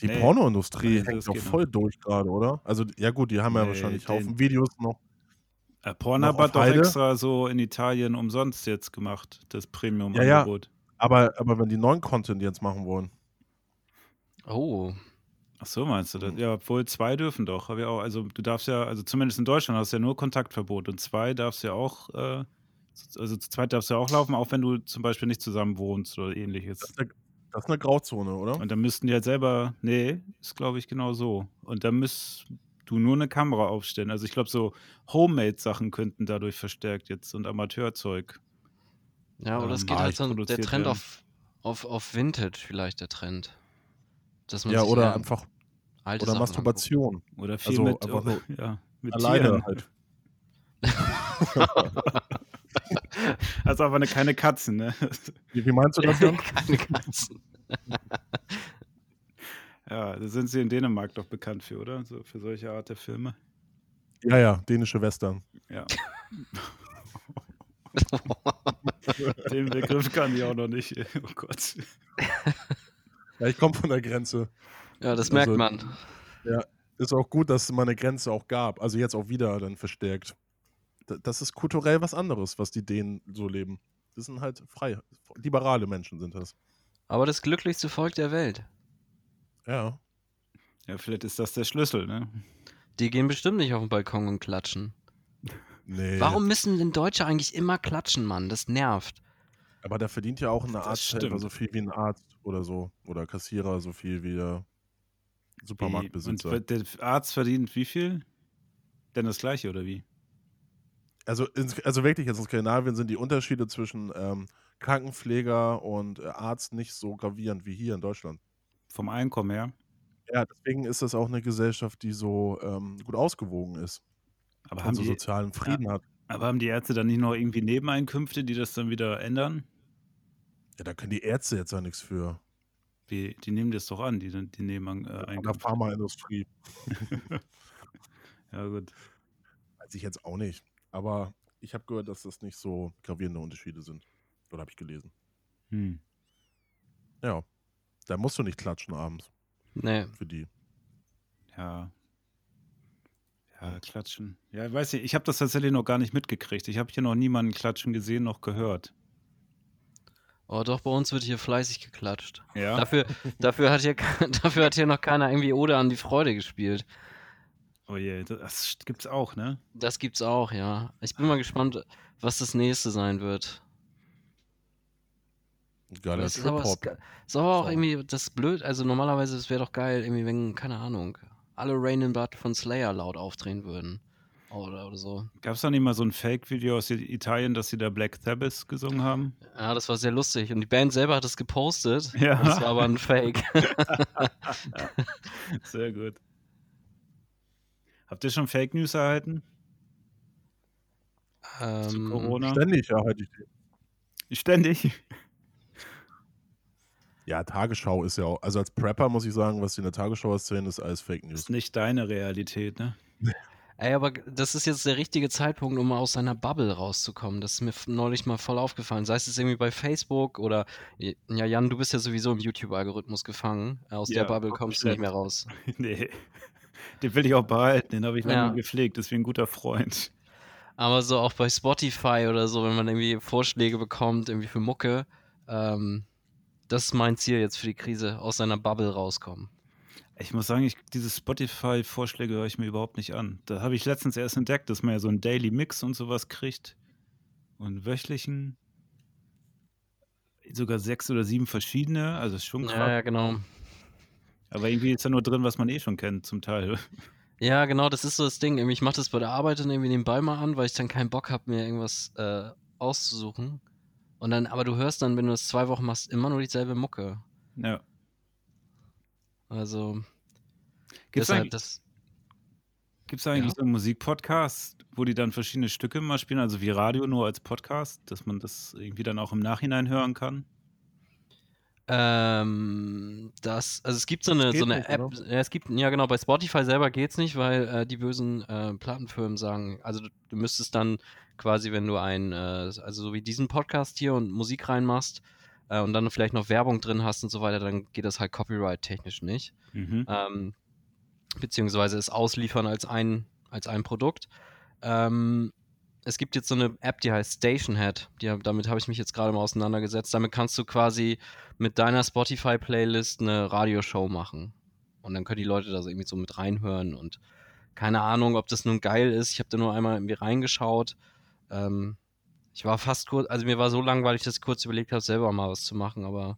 S2: Die
S3: Nee.
S2: Pornoindustrie
S3: Nee, das
S2: hängt doch
S3: geht
S2: voll durch gerade, oder? Also, ja gut, die haben ja
S3: Nee,
S2: wahrscheinlich
S3: den-
S2: Haufen Videos noch.
S3: Äh, Pornhub
S2: Noch auf
S3: hat doch
S2: Heide?
S3: extra so in Italien umsonst jetzt gemacht, das
S2: Ja, ja.
S3: Premium-Angebot.
S2: Aber, aber wenn die neuen Content jetzt machen wollen,
S4: Oh,
S3: Ach so, meinst du
S2: Mhm.
S3: das? Ja, obwohl zwei dürfen doch. Hab ich auch, also du darfst ja, also zumindest in Deutschland hast du ja nur Kontaktverbot und zwei darfst ja auch, äh, also zu zweit darfst du ja auch laufen, auch wenn du zum Beispiel nicht zusammen wohnst oder
S2: das
S3: ähnliches.
S2: ist eine, das ist eine Grauzone, oder?
S3: Und dann müssten die halt selber, nee, ist glaube ich genau so. Und dann müsst du nur eine Kamera aufstellen. Also ich glaube, so Homemade-Sachen könnten dadurch verstärkt jetzt und Amateurzeug.
S4: ja, oder es
S3: Ähm,
S4: geht
S3: ah,
S4: halt
S3: ich
S4: so der
S3: produziert
S4: Trend
S3: werden.
S4: auf, auf, auf Vintage vielleicht, der Trend. Dass man
S2: Ja,
S4: sich
S2: oder
S4: eher
S2: einfach
S4: alte
S2: oder
S4: Sachen
S2: Masturbation.
S3: Oder viel
S2: Also
S3: mit,
S2: einfach nur
S3: ja, mit
S2: alleine
S3: Tieren.
S2: halt.
S3: Also aber eine, keine Katzen, ne?
S2: Wie, wie meinst du das
S4: anguckt.
S2: denn?
S4: Keine Katzen.
S3: Ja, da sind sie in Dänemark doch bekannt für, oder? So für solche Art der Filme.
S2: ja, ja, dänische Western.
S3: Ja. Den Begriff kann ich auch noch nicht. Oh Gott.
S2: Ja, ich komme von der Grenze.
S4: Ja, das
S2: Also-
S4: merkt man.
S2: Ist auch gut, dass es mal eine Grenze auch gab. Also jetzt auch wieder dann verstärkt. D- Das ist kulturell was anderes, was die Dänen so leben. Das sind halt freie, liberale Menschen sind das.
S4: Aber das glücklichste Volk der Welt.
S2: Ja.
S3: Ja, vielleicht ist das der Schlüssel, ne?
S4: Die gehen bestimmt nicht auf den Balkon und klatschen.
S2: Nee.
S4: Warum müssen denn Deutsche eigentlich immer klatschen, Mann? Das nervt.
S2: Aber da verdient ja auch eine Arzthelfer
S3: stimmt.
S2: so viel wie ein Arzt oder so. Oder Kassierer so viel wie der Supermarktbesitzer.
S3: Und der Arzt verdient wie viel? Denn das gleiche, oder wie?
S2: also, in, also wirklich, jetzt in Skandinavien sind die Unterschiede zwischen ähm, Krankenpfleger und äh, Arzt nicht so gravierend wie hier in Deutschland.
S3: Vom Einkommen her.
S2: Ja, deswegen ist das auch eine Gesellschaft, die so ähm, gut ausgewogen ist
S3: Aber haben,
S2: und so
S3: die,
S2: sozialen Frieden hat.
S3: aber haben die Ärzte dann nicht noch irgendwie Nebeneinkünfte, die das dann wieder ändern?
S2: Ja, da können die Ärzte jetzt ja nichts für.
S3: Wie, die nehmen das doch an, die, die äh,
S2: Von der
S3: Nebeneinkünfte.
S2: Pharmaindustrie.
S3: Ja, gut.
S2: Weiß ich jetzt auch nicht. Aber ich habe gehört, dass das nicht so gravierende Unterschiede sind. Oder habe ich gelesen.
S3: Hm.
S2: Ja. Da musst du nicht klatschen abends
S4: Nee.
S2: für die.
S3: Ja. Ja, klatschen. Ja, ich weiß nicht, ich habe das tatsächlich noch gar nicht mitgekriegt. Ich habe hier noch niemanden klatschen gesehen, noch gehört.
S4: Oh, doch, bei uns wird hier fleißig geklatscht.
S3: Ja.
S4: Dafür, dafür, hat hier, ke- dafür hat hier noch keiner irgendwie Ode an die Freude gespielt.
S3: Oh je, das- das gibt's auch, ne?
S4: Das gibt's auch, ja. Ich bin mal gespannt, was das nächste sein wird.
S2: Geiler
S4: Das ist aber,
S2: Trip-Hop.
S4: ska- ist aber auch
S2: Song.
S4: irgendwie das ist blöd. Also normalerweise, es wäre doch geil, irgendwie wenn, keine Ahnung, alle Rain in Blood von Slayer laut aufdrehen würden. Oder, oder so.
S3: Gab's da nicht mal so ein Fake-Video aus Italien, dass sie da Black Sabbath gesungen haben?
S4: Ja, das war sehr lustig. Und die Band selber hat das gepostet.
S3: Ja.
S4: Das war aber ein Fake.
S3: Sehr gut. Habt ihr schon Fake News erhalten? Zu
S4: ähm,
S3: Corona?
S2: Ständig halt erhalte ich den.
S3: Ständig.
S2: Ja, Tagesschau ist ja auch. Also als Prepper muss ich sagen, was die in der Tagesschau erzählen, ist alles Fake News.
S3: Ist nicht deine Realität, ne?
S4: ey, aber das ist jetzt der richtige Zeitpunkt, um mal aus seiner Bubble rauszukommen. Das ist mir f- neulich mal voll aufgefallen. Sei es jetzt irgendwie bei Facebook oder. Ja, Jan, du bist ja sowieso im YouTube-Algorithmus gefangen. Aus
S3: Ja,
S4: der Bubble kommst du
S3: komplett.
S4: nicht mehr raus.
S3: nee. Den will ich auch behalten, den habe ich lange
S4: Ja.
S3: gepflegt, das ist wie ein guter Freund.
S4: Aber so auch bei Spotify oder so, wenn man irgendwie Vorschläge bekommt, irgendwie für Mucke, ähm, das ist mein Ziel jetzt für die Krise, aus seiner Bubble rauskommen.
S3: Ich muss sagen, ich, diese Spotify-Vorschläge höre ich mir überhaupt nicht an. Da habe ich letztens erst entdeckt, dass man ja so einen Daily Mix und sowas kriegt. Und wöchentlichen. Sogar sechs oder sieben verschiedene. Also ist schon krass.
S4: Ja, ja, genau.
S3: Aber irgendwie ist da nur drin, was man eh schon kennt, zum Teil.
S4: Ja, genau, das ist so das Ding. Irgendwie, Ich mache das bei der Arbeit dann irgendwie nebenbei mal an, weil ich dann keinen Bock habe, mir irgendwas äh, auszusuchen. Und dann, aber du hörst dann, wenn du es zwei Wochen machst, immer nur dieselbe Mucke.
S3: Ja.
S4: Also,
S3: Gibt's
S4: deshalb,
S3: eigentlich-
S4: das,
S3: Gibt es eigentlich
S4: Ja.
S3: so einen Musikpodcast, wo die dann verschiedene Stücke mal spielen, also wie Radio nur als Podcast, dass man das irgendwie dann auch im Nachhinein hören kann?
S4: Ähm, das, also es gibt so
S2: Das
S4: eine,
S2: geht
S4: so eine
S2: nicht,
S4: App,
S2: oder?
S4: ja, es gibt, ja genau, bei Spotify selber geht's nicht, weil äh, die bösen äh, Plattenfirmen sagen, also du, du müsstest dann quasi, wenn du ein, äh, also so wie diesen Podcast hier und Musik reinmachst äh, und dann vielleicht noch Werbung drin hast und so weiter, dann geht das halt copyright-technisch nicht.
S3: Mhm.
S4: Ähm, beziehungsweise es ausliefern als ein, als ein Produkt. Ähm, es gibt jetzt so eine App, die heißt Stationhead. Die, hab- damit habe ich mich jetzt gerade mal auseinandergesetzt. Damit kannst du quasi mit deiner Spotify-Playlist eine Radioshow machen. Und dann können die Leute da so irgendwie so mit reinhören und keine Ahnung, ob das nun geil ist. Ich habe da nur einmal irgendwie reingeschaut. Ähm, ich war fast kurz, also mir war so langweilig, dass ich kurz überlegt habe, selber mal was zu machen, aber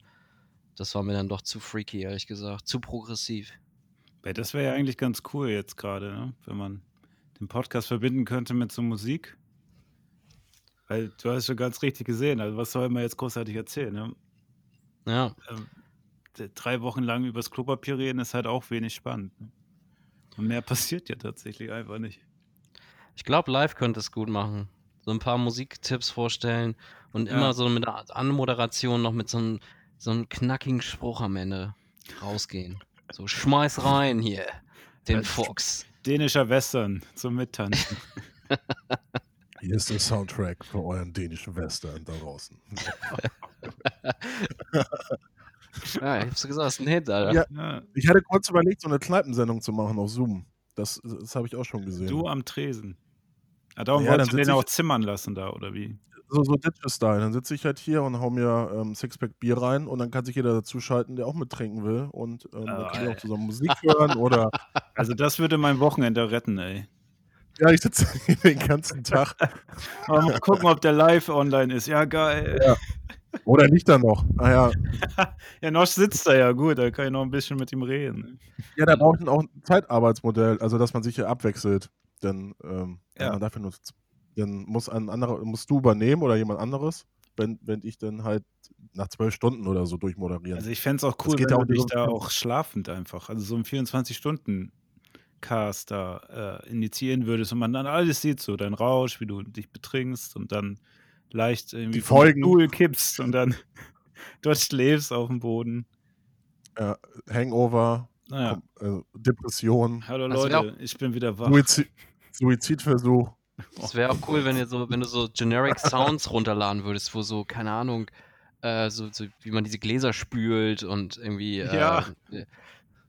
S4: das war mir dann doch zu freaky, ehrlich gesagt. Zu progressiv.
S3: Weil das wäre ja eigentlich ganz cool jetzt gerade, ne? wenn man den Podcast verbinden könnte mit so Musik. Weil du hast schon ganz richtig gesehen, also was soll man jetzt großartig erzählen? Ne?
S4: Ja,
S3: Ähm, d- drei Wochen lang übers Klopapier reden ist halt auch wenig spannend. Ne? Und mehr passiert ja tatsächlich einfach nicht.
S4: ich glaube, live könnte es gut machen. So ein paar Musiktipps vorstellen und
S3: Ja.
S4: immer so mit einer Anmoderation noch mit so einem, so einem knackigen Spruch am Ende rausgehen. So, schmeiß rein hier, den
S3: Ja,
S4: Fuchs.
S3: Dänischer Western zum Mittanzen.
S2: Hier ist der Soundtrack für euren dänischen Western da draußen.
S4: Ja, ich hab's gesagt, das ist ein Hit, Alter.
S2: Ja.
S3: ja,
S2: Ich hatte kurz überlegt, so eine Kneipensendung zu machen auf Zoom. Das, das habe ich auch schon gesehen.
S3: du am Tresen. Ja, darum
S2: Ja, dann
S3: wolltest du den
S2: sitz ich-
S3: auch zimmern lassen da, oder wie?
S2: So, so Digital-Style. Dann sitze ich halt hier und hau mir ähm, Sixpack Bier rein und dann kann sich jeder dazuschalten, der auch mittrinken will. Und ähm, dann können
S3: Oh,
S2: wir auch zusammen Musik hören oder
S3: Also das würde mein Wochenende retten, ey.
S2: ja, ich sitze den ganzen Tag.
S3: Aber mal gucken, ob der live online ist. Ja, geil.
S2: Oder nicht dann noch. Ah, ja.
S3: Ja, Nosch sitzt da ja gut, da kann ich noch ein bisschen mit ihm reden.
S2: ja, da braucht man auch ein Zeitarbeitsmodell, also dass man sich hier abwechselt. Denn ähm,
S3: Ja.
S2: man darf ja nur, z- dann muss ein anderer, musst du übernehmen oder jemand anderes, wenn, wenn ich dann halt nach zwölf Stunden oder so durchmoderieren.
S3: Also ich fände es auch
S2: Das
S3: cool,
S2: geht ja
S3: wenn du
S2: auch
S3: dich
S2: nicht
S3: da
S2: um-
S3: auch schlafend einfach, also so einen 24-Stunden-Cast da äh, initiieren würdest und man dann alles sieht, so dein Rausch, wie du dich betrinkst und dann leicht irgendwie
S2: Die
S3: vom
S2: Folgen.
S3: Stuhl kippst und dann dort schläfst auf dem Boden.
S2: äh, Hangover,
S3: Naja,
S2: Kom- also Depression,
S3: hallo
S4: Das wär
S3: Leute, ich bin wieder wach.
S2: Suizid, Suizidversuch.
S4: Es wäre auch cool, wenn, ihr so, wenn du so generic Sounds runterladen würdest, wo so, keine Ahnung, äh, so, so wie man diese Gläser spült und irgendwie äh,
S3: Ja.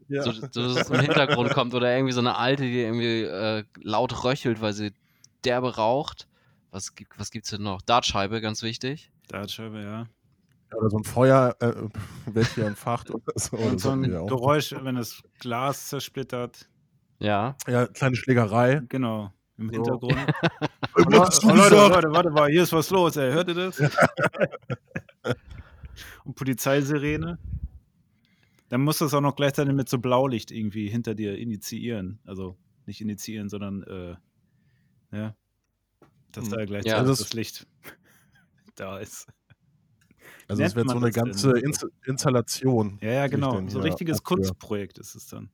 S4: so, so, dass es im Hintergrund kommt oder irgendwie so eine alte, die irgendwie äh, laut röchelt, weil sie derbe raucht. Was, gibt- was gibt's denn noch? Dartscheibe, ganz wichtig.
S3: Dartscheibe, ja.
S2: Oder so ein Feuer, äh, wird hier entfacht oder so.
S3: Und
S2: das
S3: so ein
S2: hatten wir auch.
S3: Geräusch, wenn das Glas zersplittert.
S4: Ja.
S2: Ja, kleine Schlägerei. Also,
S3: Genau. Im
S2: So.
S3: Hintergrund.
S2: Ey,
S3: Oh,
S2: was hast
S3: Leute,
S2: du
S3: oh, Leute,
S2: gesagt?
S3: Leute, warte mal, hier ist was los, ey. Hört ihr das? Und Polizeisirene. Dann musst du es auch noch gleichzeitig mit so Blaulicht irgendwie hinter dir initiieren. Also nicht initiieren, sondern äh, ja. Dass
S2: Hm.
S3: da gleichzeitig
S4: Ja,
S2: das-
S3: das, Licht da ist.
S2: Also es
S3: nennt
S2: wird so
S3: man
S2: eine
S3: das denn?
S2: ganze Inst Installation.
S3: Ja, ja,
S2: Sehe ich
S3: genau.
S2: den
S3: So ein
S2: hier
S3: richtiges
S2: auch, ja.
S3: Kunstprojekt ist es dann.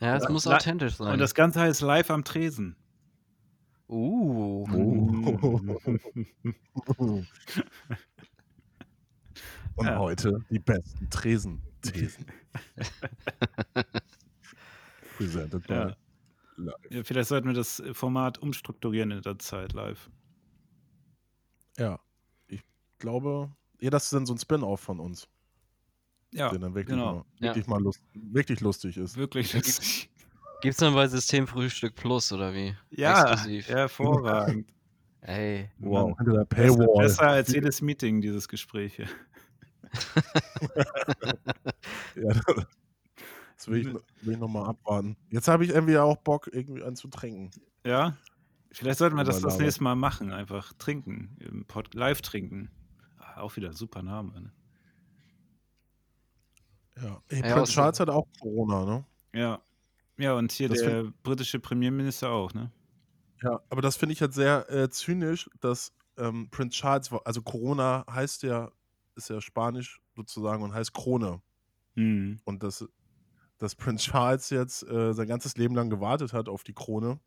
S4: Ja, es
S3: Ja.
S4: muss
S3: Na-
S4: authentisch sein.
S3: Und das Ganze heißt live am Tresen.
S4: uh.
S3: Oh.
S2: Oh. Und
S3: Ja.
S2: heute die besten Tresen-Thesen. Presented by.
S3: Ja. Ja, vielleicht sollten wir das äh, Format umstrukturieren in der Zeit live.
S2: Ja. Ich glaube, ja, das ist dann so ein Spin-off von uns,
S3: Ja,
S2: der dann wirklich,
S3: genau.
S2: mal, wirklich, mal lust wirklich lustig ist.
S3: wirklich lustig.
S4: Gibt's dann bei Systemfrühstück Plus oder wie?
S3: Ja,
S4: Exklusiv.
S3: hervorragend.
S4: Ey.
S2: Wow,
S3: Mann.
S2: hinter der
S3: Besser,
S2: Paywall.
S3: besser als jedes Meeting, dieses Gespräch hier.
S2: Ja, das will ich, noch- will ich nochmal abwarten. Jetzt habe ich irgendwie auch Bock, irgendwie anzutrinken.
S3: Ja? Vielleicht sollten wir das
S2: Überlaber.
S3: das nächste Mal machen, einfach trinken, im Pod live trinken. Ah, Auch wieder ein super Name. Ne?
S2: Ja. Ey,
S4: Ja,
S2: Prinz
S4: also-
S2: Charles hat auch Corona, ne?
S3: Ja. Ja, und hier
S2: Das
S3: der britische Premierminister auch, ne?
S2: Ja. Aber das finde ich halt sehr äh, zynisch, dass ähm, Prinz Charles, war- also Corona heißt ja, ist ja Spanisch sozusagen und heißt Krone.
S3: Hm.
S2: Und dass, dass Prinz Charles jetzt äh, sein ganzes Leben lang gewartet hat auf die Krone.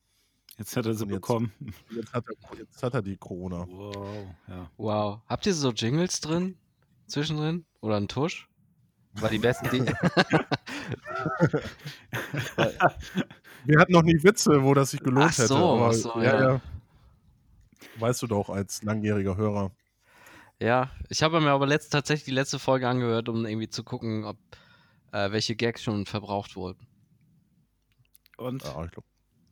S3: Jetzt hat er sie
S2: Und jetzt-
S3: bekommen.
S2: Jetzt hat er, jetzt hat er die Corona.
S3: Wow, ja.
S4: Wow. Habt ihr so Jingles drin? Zwischendrin? Oder einen Tusch? War die besten. Die
S2: Wir hatten noch nie Witze, wo das sich gelohnt
S4: Ach so,
S2: hätte.
S4: ach so, ja.
S2: Weißt du doch als langjähriger Hörer.
S4: ja, ich habe mir aber letzt, tatsächlich die letzte Folge angehört, um irgendwie zu gucken, ob äh, welche Gags schon verbraucht wurden.
S3: Und
S2: Ja, ich glaub,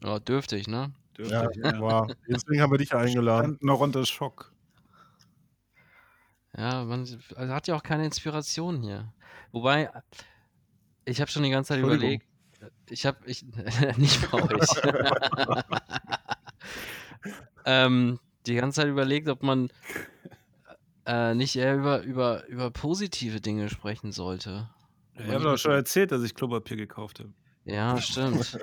S4: Ja, dürfte ich, ne?
S2: ja,
S3: dürfte- ja.
S2: War. Deswegen haben wir dich ja eingeladen.
S3: Stand noch unter Schock.
S4: Ja, man also hat ja auch keine Inspiration hier. Wobei, ich habe schon die ganze Zeit
S2: Entschuldigung.
S4: überlegt. äh, Ich habe, ich, nicht bei euch. ähm, die ganze Zeit überlegt, ob man äh, nicht eher über, über, über positive Dinge sprechen sollte.
S3: Ich habe doch schon erzählt, dass ich Klopapier gekauft habe.
S4: Ja, stimmt.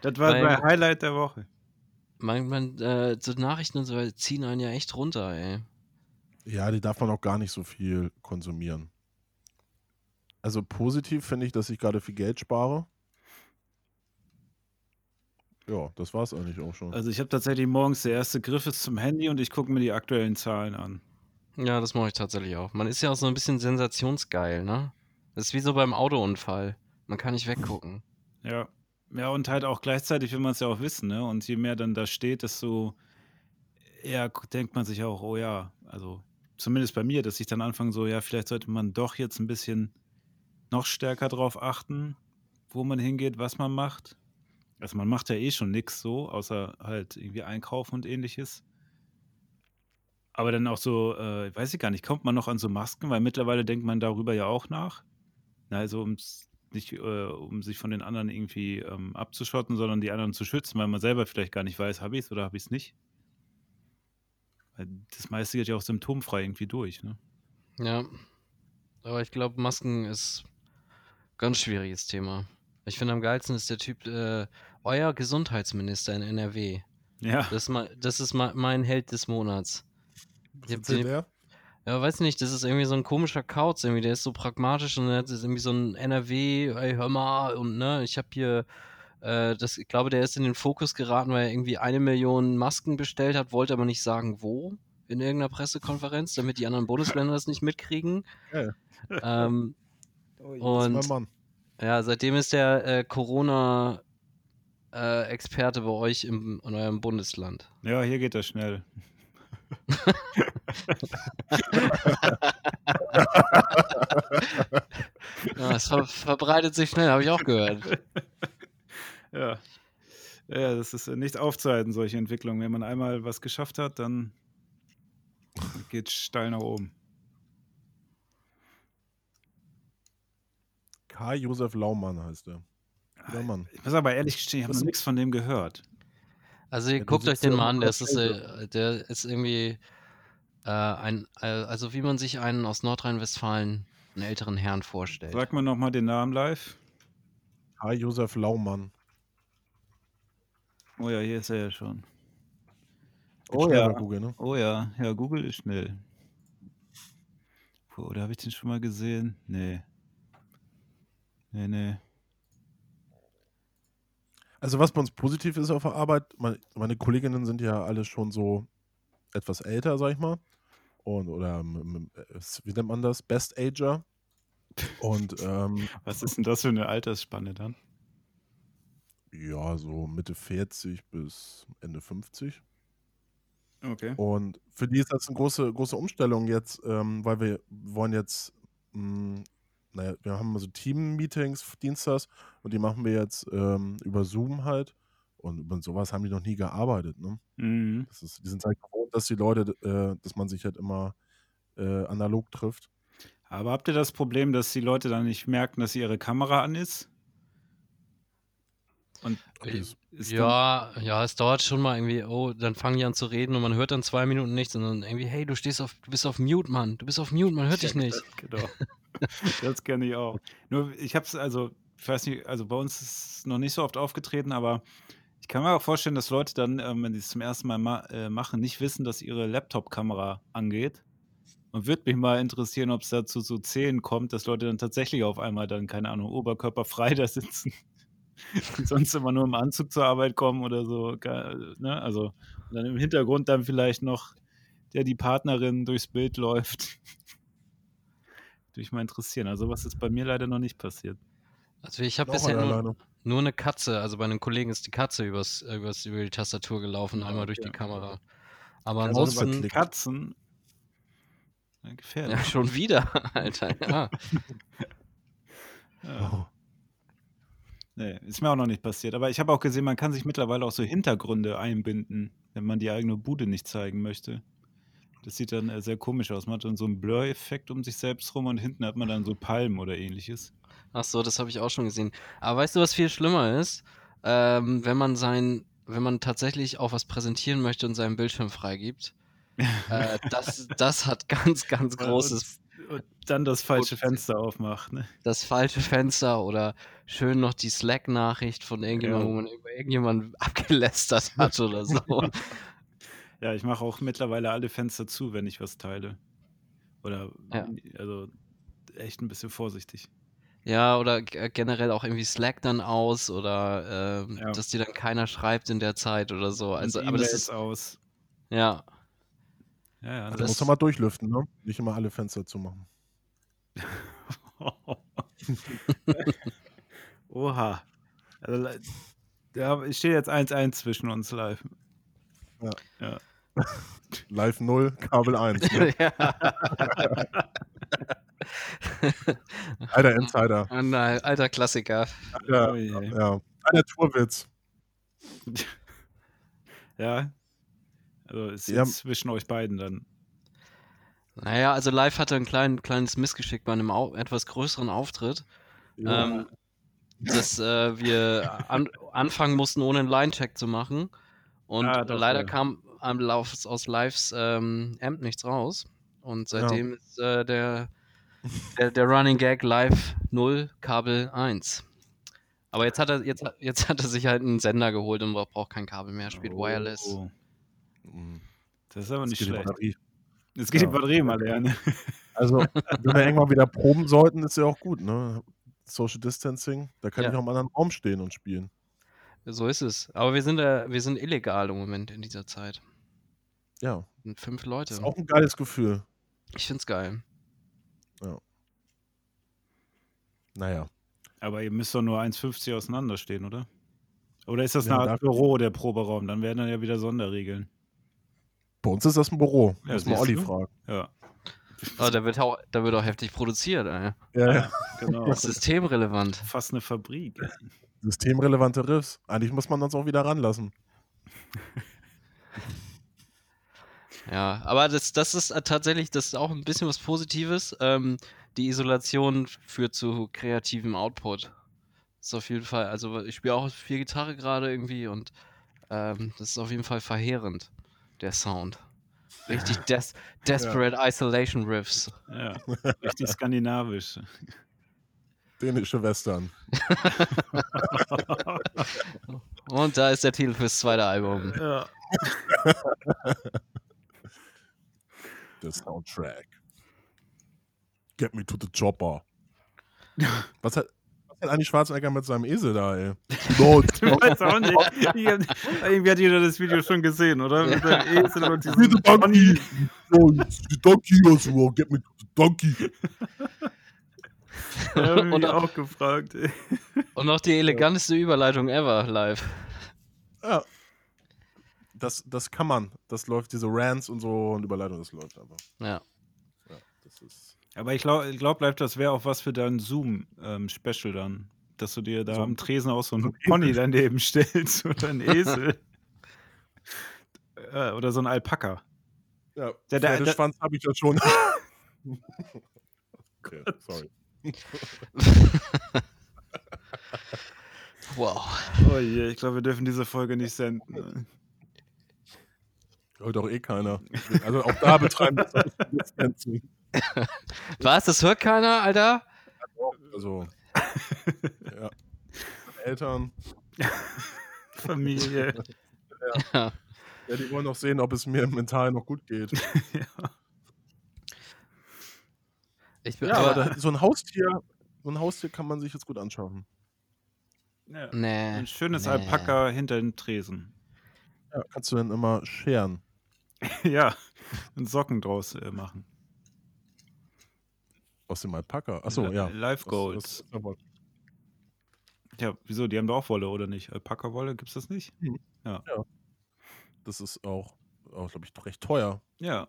S3: Das war
S4: Weil-
S3: mein Highlight der Woche.
S4: Man, man, äh, so Nachrichten und so weiter ziehen einen ja echt runter, ey.
S2: Ja, die darf man auch gar nicht so viel konsumieren. Also positiv finde ich, dass ich gerade viel Geld spare. Ja, das war es eigentlich auch schon.
S3: Also ich habe tatsächlich morgens der erste Griff ist zum Handy und ich gucke mir die aktuellen Zahlen an.
S4: Ja, das mache ich tatsächlich auch. Man ist ja auch so ein bisschen sensationsgeil, ne? Das ist wie so beim Autounfall. Man kann nicht weggucken.
S3: Ja. Ja, und halt auch gleichzeitig will man es ja auch wissen, ne? Und je mehr dann da steht, desto eher k- denkt man sich auch, oh ja, also zumindest bei mir, dass ich dann anfange so, ja, vielleicht sollte man doch jetzt ein bisschen noch stärker drauf achten, wo man hingeht, was man macht. Also man macht ja eh schon nichts so, außer halt irgendwie einkaufen und ähnliches. Aber dann auch so, äh, weiß ich gar nicht, kommt man noch an so Masken, weil mittlerweile denkt man darüber ja auch nach. Na, also um's nicht, äh, um sich von den anderen irgendwie ähm, abzuschotten, sondern die anderen zu schützen, weil man selber vielleicht gar nicht weiß, habe ich es oder habe ich es nicht. Weil das meiste geht ja auch symptomfrei irgendwie durch, ne?
S4: Ja. Aber ich glaube, Masken ist ganz schwieriges Thema. Ich finde am geilsten ist der Typ, äh, euer Gesundheitsminister in NRW.
S3: Ja.
S4: Das ist, mein, das ist mein, mein Held des Monats. Ich hab den, ja, weiß nicht, das ist irgendwie so ein komischer Kauz, irgendwie, der ist so pragmatisch und der hat jetzt irgendwie so ein NRW, ey, hör mal, und ne, ich habe hier, äh, das, ich glaube, der ist in den Fokus geraten, weil er irgendwie eine Million Masken bestellt hat, wollte aber nicht sagen, wo, in irgendeiner Pressekonferenz, damit die anderen Bundesländer das nicht mitkriegen.
S2: Geil.
S4: Ähm,
S5: Oh,
S4: Und-
S5: mein Mann.
S4: ja, seitdem ist der äh, Corona-Experte bei euch im, in eurem Bundesland.
S3: Ja, hier geht das schnell.
S4: Ja, es ver verbreitet sich schnell, habe ich auch gehört.
S3: Ja. Ja, das ist äh, nicht aufzuhalten, solche Entwicklungen. Wenn man einmal was geschafft hat, dann geht's steil nach oben.
S2: Karl Josef Laumann heißt er. Laumann.
S3: Ich muss aber ehrlich gestehen, ich habe noch nichts von dem gehört.
S4: Also ihr
S2: Ja, du
S4: guckt euch
S2: sitzt
S4: den
S2: ja
S4: mal
S2: im
S4: an, das ist,
S2: Hotel,
S4: äh, der ist irgendwie äh, ein, äh, also wie man sich einen aus Nordrhein-Westfalen, einen älteren Herrn vorstellt.
S3: Sag mir nochmal den Namen live.
S2: Karl Josef Laumann.
S3: Oh ja, hier ist er ja schon.
S2: Geht
S3: Oh
S2: schnell
S3: ja.
S2: bei Google, ne?
S3: Oh ja, ja, Google ist schnell. Puh, Oder habe ich den schon mal gesehen? Nee. Nee, nee.
S2: Also was bei uns positiv ist auf der Arbeit, meine, meine Kolleginnen sind ja alle schon so etwas älter, sag ich mal. Und, oder ähm, äh, wie nennt man das? Best Ager. Und ähm,
S3: Was ist denn das für eine Altersspanne dann?
S2: ja, so Mitte 40 bis Ende 50.
S3: Okay.
S2: Und für die ist das eine große, große Umstellung jetzt, ähm, weil wir wollen jetzt, mh, naja, wir haben so Team-Meetings dienstags und die machen wir jetzt ähm, über Zoom halt. Und über sowas haben die noch nie gearbeitet, ne?
S3: Mhm.
S2: Das ist, die sind halt gewohnt, dass die Leute, äh, dass man sich halt immer äh, analog trifft.
S3: Aber habt ihr das Problem, dass die Leute dann nicht merken, dass ihre Kamera an ist? Und
S4: Ich-
S3: ist
S4: ja, ja, es dauert schon mal irgendwie, oh, dann fangen die an zu reden und man hört dann zwei Minuten nichts und dann irgendwie, hey, du stehst auf, du bist auf Mute, Mann, du bist auf Mute, man hört dich
S3: Ja,
S4: nicht.
S3: Genau. Das kenne ich auch. Nur ich habe es, also, ich weiß nicht, also bei uns ist es noch nicht so oft aufgetreten, aber ich kann mir auch vorstellen, dass Leute dann, ähm, wenn sie es zum ersten Mal ma äh, machen, nicht wissen, dass ihre Laptop-Kamera angeht. Und würde mich mal interessieren, ob es dazu zu Zählen kommt, dass Leute dann tatsächlich auf einmal dann, keine Ahnung, oberkörperfrei da sitzen. Die sonst immer nur im Anzug zur Arbeit kommen oder so. Ge- Ne? Also, und dann im Hintergrund dann vielleicht noch, der die Partnerin durchs Bild läuft würde mich mal interessieren. Also was ist bei mir leider noch nicht passiert.
S4: Also ich habe
S2: Auch
S4: bisher
S2: alle
S4: nur,
S2: alleine.
S4: nur eine Katze, also bei einem Kollegen ist die Katze übers, übers, über die Tastatur
S2: Ah,
S4: gelaufen, einmal durch
S3: okay.
S4: die Kamera. Aber
S2: Kannst du das
S4: ansonsten,
S2: überklicken?
S3: Also, Katzen. Ja, gefährlich.
S4: ja, schon wieder, Alter, ja.
S3: Ja.
S2: Oh,
S3: Nee, ist mir auch noch nicht passiert. Aber ich habe auch gesehen, man kann sich mittlerweile auch so Hintergründe einbinden, wenn man die eigene Bude nicht zeigen möchte. Das sieht dann äh, sehr komisch aus. Man hat dann so einen Blur-Effekt um sich selbst rum und hinten hat man dann so Palmen oder ähnliches.
S4: Ach so, das habe ich auch schon gesehen. Aber weißt du, was viel schlimmer ist? Ähm, wenn man sein, wenn man tatsächlich auch was präsentieren möchte und seinen Bildschirm freigibt. äh, das, das hat ganz, ganz großes,
S3: Und dann das falsche
S4: Gut.
S3: Fenster aufmacht. Ne?
S4: das falsche Fenster oder schön noch die Slack-Nachricht von irgendjemandem,
S3: Ja.
S4: wo man über irgendjemanden abgelästert hat oder so.
S3: Ja, ich mache auch mittlerweile alle Fenster zu, wenn ich was teile. Oder
S4: Ja.
S3: also echt ein bisschen vorsichtig.
S4: ja, oder g- äh, generell auch irgendwie Slack dann aus oder ähm,
S3: Ja.
S4: dass dir dann keiner schreibt in der Zeit oder so. Also,
S3: und
S4: aber das
S3: E-Mails
S4: ist,
S3: aus.
S4: ja,
S3: Ja, ja,
S2: Also
S4: das-
S2: muss man mal durchlüften, ne? Nicht immer alle Fenster zumachen.
S3: ne? Oha. Also, le- ja, ich stehe jetzt 1-1 zwischen uns live.
S2: Live 0, Kabel 1. Ne?
S4: ja.
S2: Alter Insider.
S4: Oh nein, alter Klassiker.
S2: Alter,
S3: Oh je.
S2: ja. Alter Tourwitz.
S3: ja. Also ist
S2: Ja.
S3: jetzt zwischen euch beiden dann.
S4: Naja, also Live hatte ein klein, kleines Missgeschick bei einem au etwas größeren Auftritt, ähm, dass äh, wir an anfangen mussten, ohne einen Line-Check zu machen. Und
S3: Ah, das,
S4: leider
S3: ja.
S4: kam am Lauf aus Lives ähm, Amp nichts raus. Und seitdem ist äh, der, der, der Running Gag Live 0, Kabel 1. Aber jetzt hat er, jetzt, hat- jetzt hat er sich halt einen Sender geholt und braucht kein Kabel mehr, spielt Wireless.
S3: Oh,
S4: Ähm,
S2: Mhm.
S3: das ist aber
S2: Jetzt
S3: nicht
S2: geht die
S3: schlecht.
S2: Batterie.
S3: Jetzt geht
S2: Ja.
S3: die Batterie mal leer. Ne?
S2: Also, wenn wir irgendwann wieder proben sollten, ist ja auch gut, ne? Social Distancing, da kann
S4: Ja.
S2: ich auch im anderen Raum stehen und spielen.
S4: So ist es. Aber wir sind, äh, wir sind illegal im Moment in dieser Zeit.
S2: Ja,
S4: sind fünf Leute.
S2: ist auch ein geiles Gefühl.
S4: Ich find's geil.
S2: Naja,
S3: Aber ihr müsst doch nur 1,50 auseinanderstehen, oder? Oder ist das
S2: Ja,
S3: eine
S2: da-
S3: Art Büro, der Proberaum? Dann werden dann ja wieder Sonderregeln.
S2: bei uns ist das ein Büro.
S3: Ja,
S2: Muss man
S3: siehst
S2: Olli
S3: du.
S2: fragen.
S3: Ja,
S4: Oh, da, wird auch, da wird auch heftig produziert, ey.
S2: Ja, ja.
S3: genau.
S4: Das ist systemrelevant.
S3: fast eine Fabrik.
S2: Systemrelevante Riffs. Eigentlich muss man uns auch wieder ranlassen.
S4: Ja, aber das, das ist äh, tatsächlich, das ist auch ein bisschen was Positives. Ähm, die Isolation führt zu kreativem Output. Ist auf jeden Fall, also ich spiele auch viel Gitarre gerade irgendwie und ähm, das ist auf jeden Fall verheerend, der Sound. Richtig des Desperate Isolation Riffs.
S3: Ja, richtig skandinavisch.
S2: Dänische Western.
S4: Und da ist der Titel fürs zweite Album.
S3: Ja.
S2: Der Soundtrack. Get me to the chopper. Was hat, was hat Andy Schwarzenegger mit seinem Esel da, ey? No,
S3: Weiß auch nicht. Ich hab, irgendwie hat jeder das Video schon gesehen, oder? Mit seinem Esel und diesem
S2: the donkey. No, it's the donkey also. well. Get me to the donkey.
S3: Johnny
S4: Und-
S3: auch gefragt. ey.
S4: Und noch die eleganteste Überleitung ever live.
S2: Ja. Das, das kann man. Das läuft, diese Rants und so und Überleitung, das läuft aber.
S4: Ja.
S2: Ja, das ist.
S3: Aber ich glaube, glaub, Leif, das wäre auch was für dein Zoom-Special dann. Dass du dir da
S2: So ein-
S3: am Tresen auch so einen Pony daneben stellst oder einen Esel. Äh, oder so einen Alpaka.
S2: Ja,
S3: Der- der- der-
S2: Schwanz habe ich ja schon. okay, sorry.
S4: Wow.
S3: Oh je, ich glaube, wir dürfen diese Folge nicht senden.
S2: Hört auch eh keiner. Also auch da betreiben wir halt Social Distancing.
S4: Was? Das hört keiner, Alter?
S2: Also. Ja. Eltern,
S3: äh, Familie.
S2: ja, die wollen noch sehen, ob es mir mental noch gut geht.
S4: Ich bin
S2: Ja,
S4: aber.
S2: aber da, so ein Haustier, so ein Haustier kann man sich jetzt gut anschaffen.
S3: Ja.
S4: nee.
S3: Ein schönes
S4: nee.
S3: Alpaka hinter dem Tresen.
S2: Ja, kannst du dann immer scheren.
S3: ja, und Socken draus äh, machen.
S2: Aus dem Alpaka. Achso,
S3: Li-
S2: ja.
S3: Äh,
S2: äh,
S3: Live Goals.
S2: Aus- aus-
S3: Ja, wieso? Die haben da auch Wolle, oder nicht? Alpaka-Wolle, gibt's das nicht?
S2: Das ist auch, auch glaube ich, recht teuer.
S3: Ja,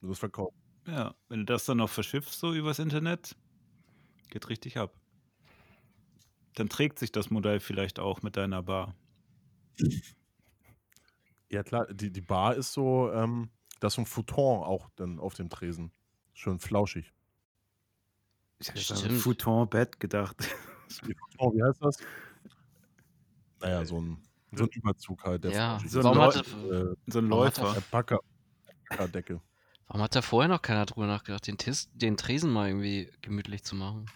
S2: wenn du Das verkauft.
S3: ja. Wenn du das dann noch verschiffst, so übers Internet, geht richtig ab. Dann trägt sich das Modell vielleicht auch mit deiner Bar.
S2: Ja, klar. Die, die Bar ist so, ähm, da ist so ein Futon auch dann auf dem Tresen. Schön flauschig.
S3: Ich
S4: hätte jetzt an Stimmt.
S3: Futon-Bett gedacht.
S2: Futon, Oh, wie heißt das? Naja, so ein, so ein Überzug halt. Der
S4: Ja,
S2: flauschig
S3: So ein
S4: warum,
S3: Leu-
S4: hatte,
S2: ist. äh,
S3: So ein
S4: Warum hat
S3: Läufer.
S2: Alpaka. Alpaka-Decke.
S4: warum hat da vorher noch keiner drüber nachgedacht, den, Tis, den Tresen mal irgendwie gemütlich zu machen?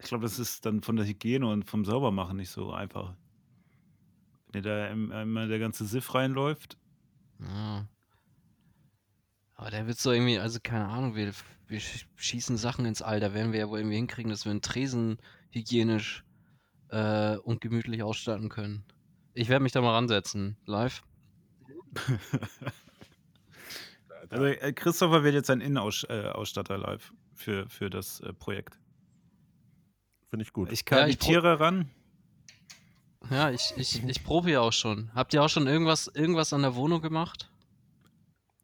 S3: Ich glaube, das ist dann von der Hygiene und vom Saubermachen nicht so einfach. Wenn dir da im- einmal der ganze Siff reinläuft.
S4: Ja. Aber da wird so irgendwie, also keine Ahnung, wir, wir sch- schießen Sachen ins All, da werden wir ja wohl irgendwie hinkriegen, dass wir einen Tresen hygienisch äh, und gemütlich ausstatten können. Ich werde mich da mal ransetzen, live.
S3: Also äh, Christopher wird jetzt ein Innenausstatter live für, für das äh, Projekt.
S2: Finde ich gut.
S3: Ich kann
S4: Ja,
S3: die
S4: ich pro-
S3: Tiere ran.
S4: Ja, ich, ich, ich probe ja auch schon. Habt ihr auch schon irgendwas, irgendwas an der Wohnung gemacht?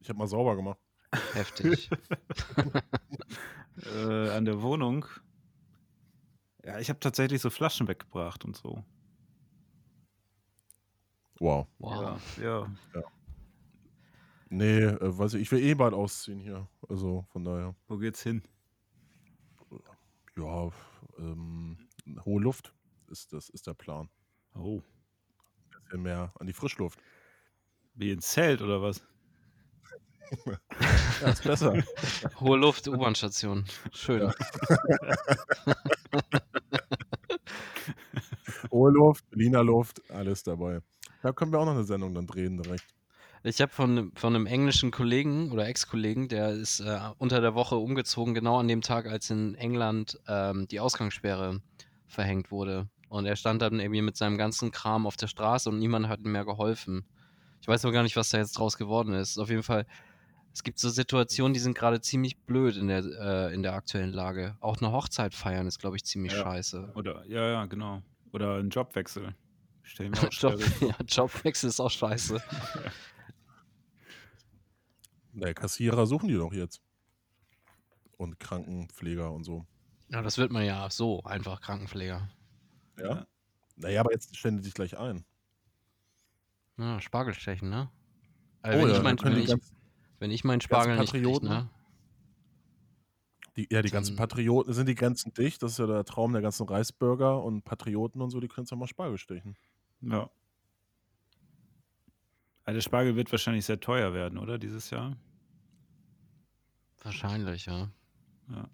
S2: Ich habe mal sauber gemacht.
S4: Heftig.
S3: äh, an der Wohnung. Ja, ich habe tatsächlich so Flaschen weggebracht und so.
S2: Wow.
S4: Wow.
S3: Ja, ja.
S2: Nee, äh, weiß ich, ich will eh bald ausziehen hier. Also von daher.
S3: Wo geht's hin?
S2: Ja, ähm, hohe Luft ist das ist der Plan.
S3: Oh,
S2: Ein bisschen mehr an die Frischluft.
S3: wie ins Zelt oder was?
S2: Ja, ist besser.
S4: Hohe Luft, U-Bahn-Station. Schön.
S2: hohe Luft, Berliner Luft, alles dabei. Da können wir auch noch eine Sendung dann drehen direkt.
S4: Ich habe von, von einem englischen Kollegen oder Ex-Kollegen, der ist äh, unter der Woche umgezogen, genau an dem Tag, als in England ähm, die Ausgangssperre verhängt wurde. Und er stand dann irgendwie mit seinem ganzen Kram auf der Straße und niemand hat ihm mehr geholfen. Ich weiß noch gar nicht, was da jetzt draus geworden ist. Auf jeden Fall, es gibt so Situationen, die sind gerade ziemlich blöd in der, äh, in der aktuellen Lage. Auch eine Hochzeit feiern ist, glaube ich, ziemlich
S3: Ja.
S4: scheiße.
S3: Oder, ja, ja, genau. Oder ein Jobwechsel. Stell mir auch
S4: Job,
S3: schwer-
S4: ja, Jobwechsel ist auch scheiße.
S2: Na, Kassierer suchen die doch jetzt. Und Krankenpfleger und so.
S4: Ja, das wird man ja so einfach Krankenpfleger.
S2: Ja. Naja, aber jetzt stellen die dich gleich ein.
S4: Ja, Spargelstechen, ne? Also wenn, ich
S2: dann
S4: mein,
S2: Oh können
S4: wenn,
S2: die
S4: ich,
S2: ganz-
S4: wenn ich meinen Spargel nicht krieg,
S2: Patrioten.
S4: ne?
S2: Die, ja, die ganzen
S4: Dann-
S2: Patrioten sind die Grenzen dicht. Das ist ja der Traum der ganzen Reisbürger und Patrioten und so, die können jetzt auch mal Spargel stechen.
S3: Ja. Also der Spargel wird wahrscheinlich sehr teuer werden, oder? Dieses Jahr.
S4: Wahrscheinlich, ja.
S3: Bin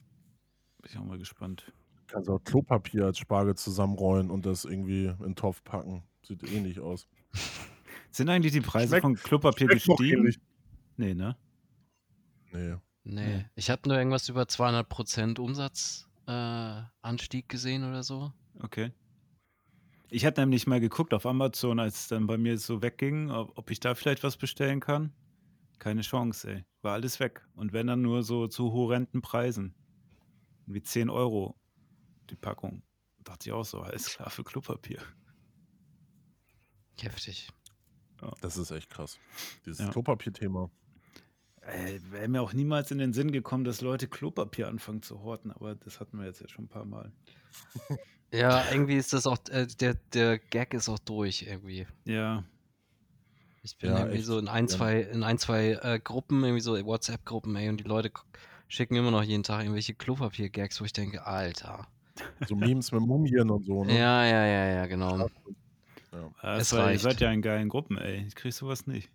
S3: ich auch mal gespannt.
S2: Kannst auch Klopapier als Spargel zusammenrollen und das irgendwie in den Topf packen. Sieht ähnlich aus.
S3: Sind eigentlich die Preise
S2: Schmeckt-
S3: von Klopapier
S2: schmeckt doch
S3: gestiegen?
S2: ähnlich.
S3: Nee, ne?
S2: Nee.
S4: Nee. Ich habe nur irgendwas über 200% Umsatzanstieg äh, Anstieg gesehen oder so.
S3: Okay. Ich hatte nämlich mal geguckt auf Amazon, als es dann bei mir so wegging, ob ob ich da vielleicht was bestellen kann. Keine Chance, ey. War alles weg. Und wenn dann nur so zu horrenden Preisen. Wie 10 Euro die Packung. Dachte ich auch so, alles klar für Klopapier.
S4: Heftig.
S2: Das ist echt krass. Dieses
S3: Ja.
S2: Klopapier-Thema.
S3: Ey, wäre mir auch niemals in den Sinn gekommen, dass Leute Klopapier anfangen zu horten, aber das hatten wir jetzt ja schon ein paar Mal.
S4: Ja, irgendwie ist das auch, äh, der, der Gag ist auch durch irgendwie.
S3: Ja,
S4: Ich bin
S2: Ja,
S4: irgendwie
S2: echt.
S4: so in ein,
S2: Ja.
S4: zwei, in ein, zwei äh, Gruppen, irgendwie so WhatsApp-Gruppen, ey, und die Leute k- schicken immer noch jeden Tag irgendwelche Klopapier-Gags, wo ich denke, Alter.
S2: So Memes mit Mumien und so. Ne?
S4: Ja, ja, ja, ja, genau. Es
S3: also, ihr
S4: reicht.
S3: seid ja in geilen Gruppen, ey. Ich krieg sowas nicht.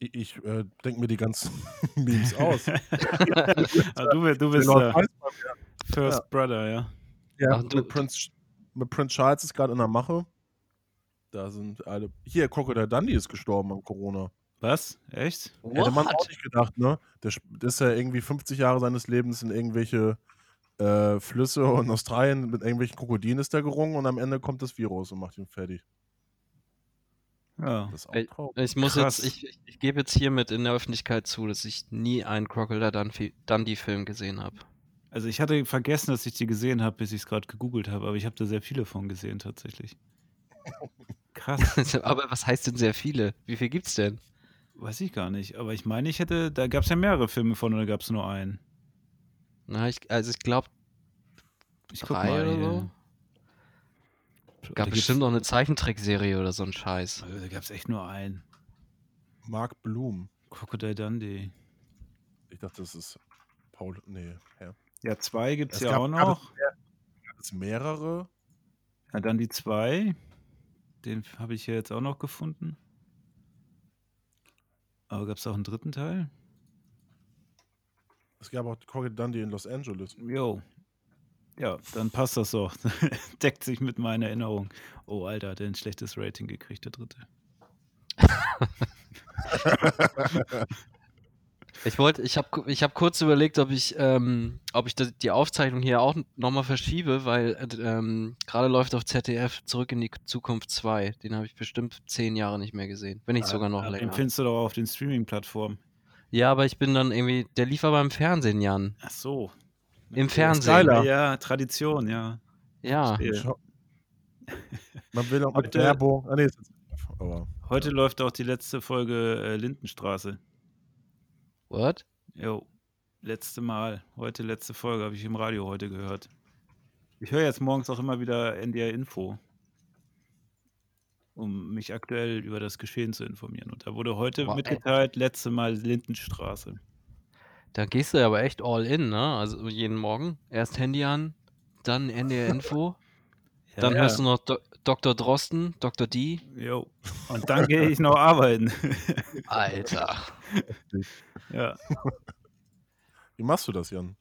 S2: Ich, ich äh, denke mir die ganzen Memes aus.
S3: Ah, du, bi- du bist
S2: Genau,
S3: äh,
S2: weiß man,
S3: First Brother, ja.
S2: Ja,
S4: Ach, du-
S2: mit, Prince, mit Prince Charles ist gerade in der Mache. Da sind alle. Hier, Crocodile Dundee ist gestorben an Corona.
S3: Was? Echt?
S2: Hätte man
S4: What?
S2: auch nicht gedacht, ne? Der sp- ist ja irgendwie 50 Jahre seines Lebens in irgendwelche äh, Flüsse und Australien mit irgendwelchen Krokodilen ist der gerungen und am Ende kommt das Virus und macht ihn fertig.
S3: Ja.
S2: Das ist auch
S4: Ey,
S2: traurig.
S4: Ich muss
S3: Krass.
S4: jetzt, ich, ich, ich gebe jetzt hiermit in der Öffentlichkeit zu, dass ich nie einen Crocodile Dundee- Dundee-Film gesehen habe.
S3: Also ich hatte vergessen, dass ich die gesehen habe, bis ich es gerade gegoogelt habe, aber ich habe da sehr viele von gesehen tatsächlich. Krass,
S4: Aber was heißt denn sehr viele? Wie viel gibt's denn?
S3: weiß ich gar nicht. Aber ich meine, ich hätte, da gab es ja mehrere Filme von oder gab es nur einen?
S4: Na, ich, also ich glaube
S3: Ich guck
S4: drei oder
S3: hier.
S4: so.
S3: Da
S4: Gab
S3: gibt's-
S4: bestimmt noch eine Zeichentrickserie oder so ein Scheiß.
S3: Da gab es echt nur einen.
S2: Mark Bloom.
S3: Crocodile Dundee.
S2: Ich dachte, das ist Paul. Nee, ja.
S3: Ja, zwei gibt es
S2: Es
S3: ja
S2: gab-
S3: auch
S2: gab
S3: noch.
S2: Das sind mehrere.
S3: Ja, dann die zwei. Den habe ich ja jetzt auch noch gefunden. Aber gab es auch einen dritten Teil?
S2: Es gab auch Crocodile Dundee in Los Angeles.
S3: Jo. Ja, dann passt das so. Deckt sich mit meiner Erinnerung. Oh, Alter, hat er ein schlechtes Rating gekriegt, der dritte.
S4: Ich wollte, ich habe ich hab kurz überlegt, ob ich, ähm, ob ich das- die Aufzeichnung hier auch nochmal verschiebe, weil äh, ähm, gerade läuft auf ZDF Zurück in die Zukunft 2. Den habe ich bestimmt zehn Jahre nicht mehr gesehen. Wenn nicht sogar noch
S3: Aber Den
S4: länger.
S3: findest du doch auf den Streaming-Plattformen.
S4: Ja, aber ich bin dann irgendwie, der lief aber im Fernsehen, Jan.
S3: Ach so.
S4: Im
S3: Okay.
S4: Fernsehen.
S2: Geiler.
S3: Ja, Tradition, ja.
S4: Ja.
S3: Verstehe.
S2: Schau- Man will auch mit
S3: Heute-
S2: Werbung. Ah, nee, ist jetzt- aber
S3: Heute läuft auch die letzte Folge äh, Lindenstraße.
S4: What?
S3: Jo, letzte Mal. Heute letzte Folge habe ich im Radio heute gehört. Ich höre jetzt morgens auch immer wieder NDR Info. um mich aktuell über das Geschehen zu informieren. Und da wurde heute
S4: Boah, ey.
S3: mitgeteilt, letzte Mal Lindenstraße.
S4: Da gehst du ja aber echt all in, ne? Also jeden Morgen. Erst Handy an, dann NDR Info, dann hörst du noch Do Dr. Drosten, Dr. D.
S3: Jo. Und dann gehe ich noch arbeiten.
S4: Alter.
S3: ja.
S2: Wie machst du das, Jan?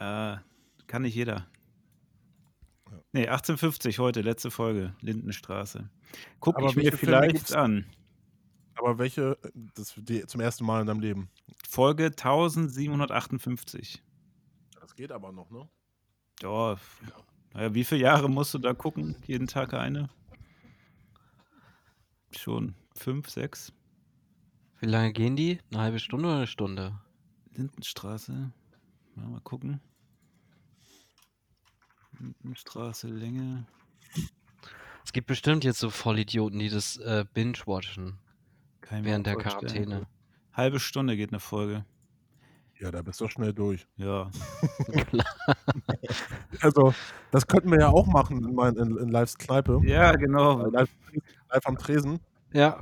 S3: ja. äh, Kann nicht jeder. Nee, 1850 heute, letzte Folge, Lindenstraße. Guck
S2: Aber
S3: ich mir
S2: welche Filme
S3: vielleicht
S2: gibt's-
S3: an.
S2: Aber welche, äh, das die, zum ersten Mal in deinem Leben?
S3: Folge 1758.
S2: Das geht aber noch, ne?
S3: Ja, f- naja, wie viele Jahre musst du da gucken? Jeden Tag eine? Schon fünf, sechs?
S4: Wie lange gehen die? Eine halbe Stunde oder eine Stunde?
S3: Lindenstraße. Ja, mal gucken. Lindenstraße, Länge.
S4: Es gibt bestimmt jetzt so Vollidioten, die das äh, binge-watchen
S3: Kann ich mir
S4: während der
S3: vorstellen.
S4: Quarantäne.
S3: Halbe Stunde geht eine Folge.
S2: Ja, da bist du schnell durch.
S3: Ja.
S2: Also, das könnten wir ja auch machen in, mein, in, in Lives Kneipe. Also
S3: Ja, genau.
S2: Live, live am Tresen,
S4: Ja,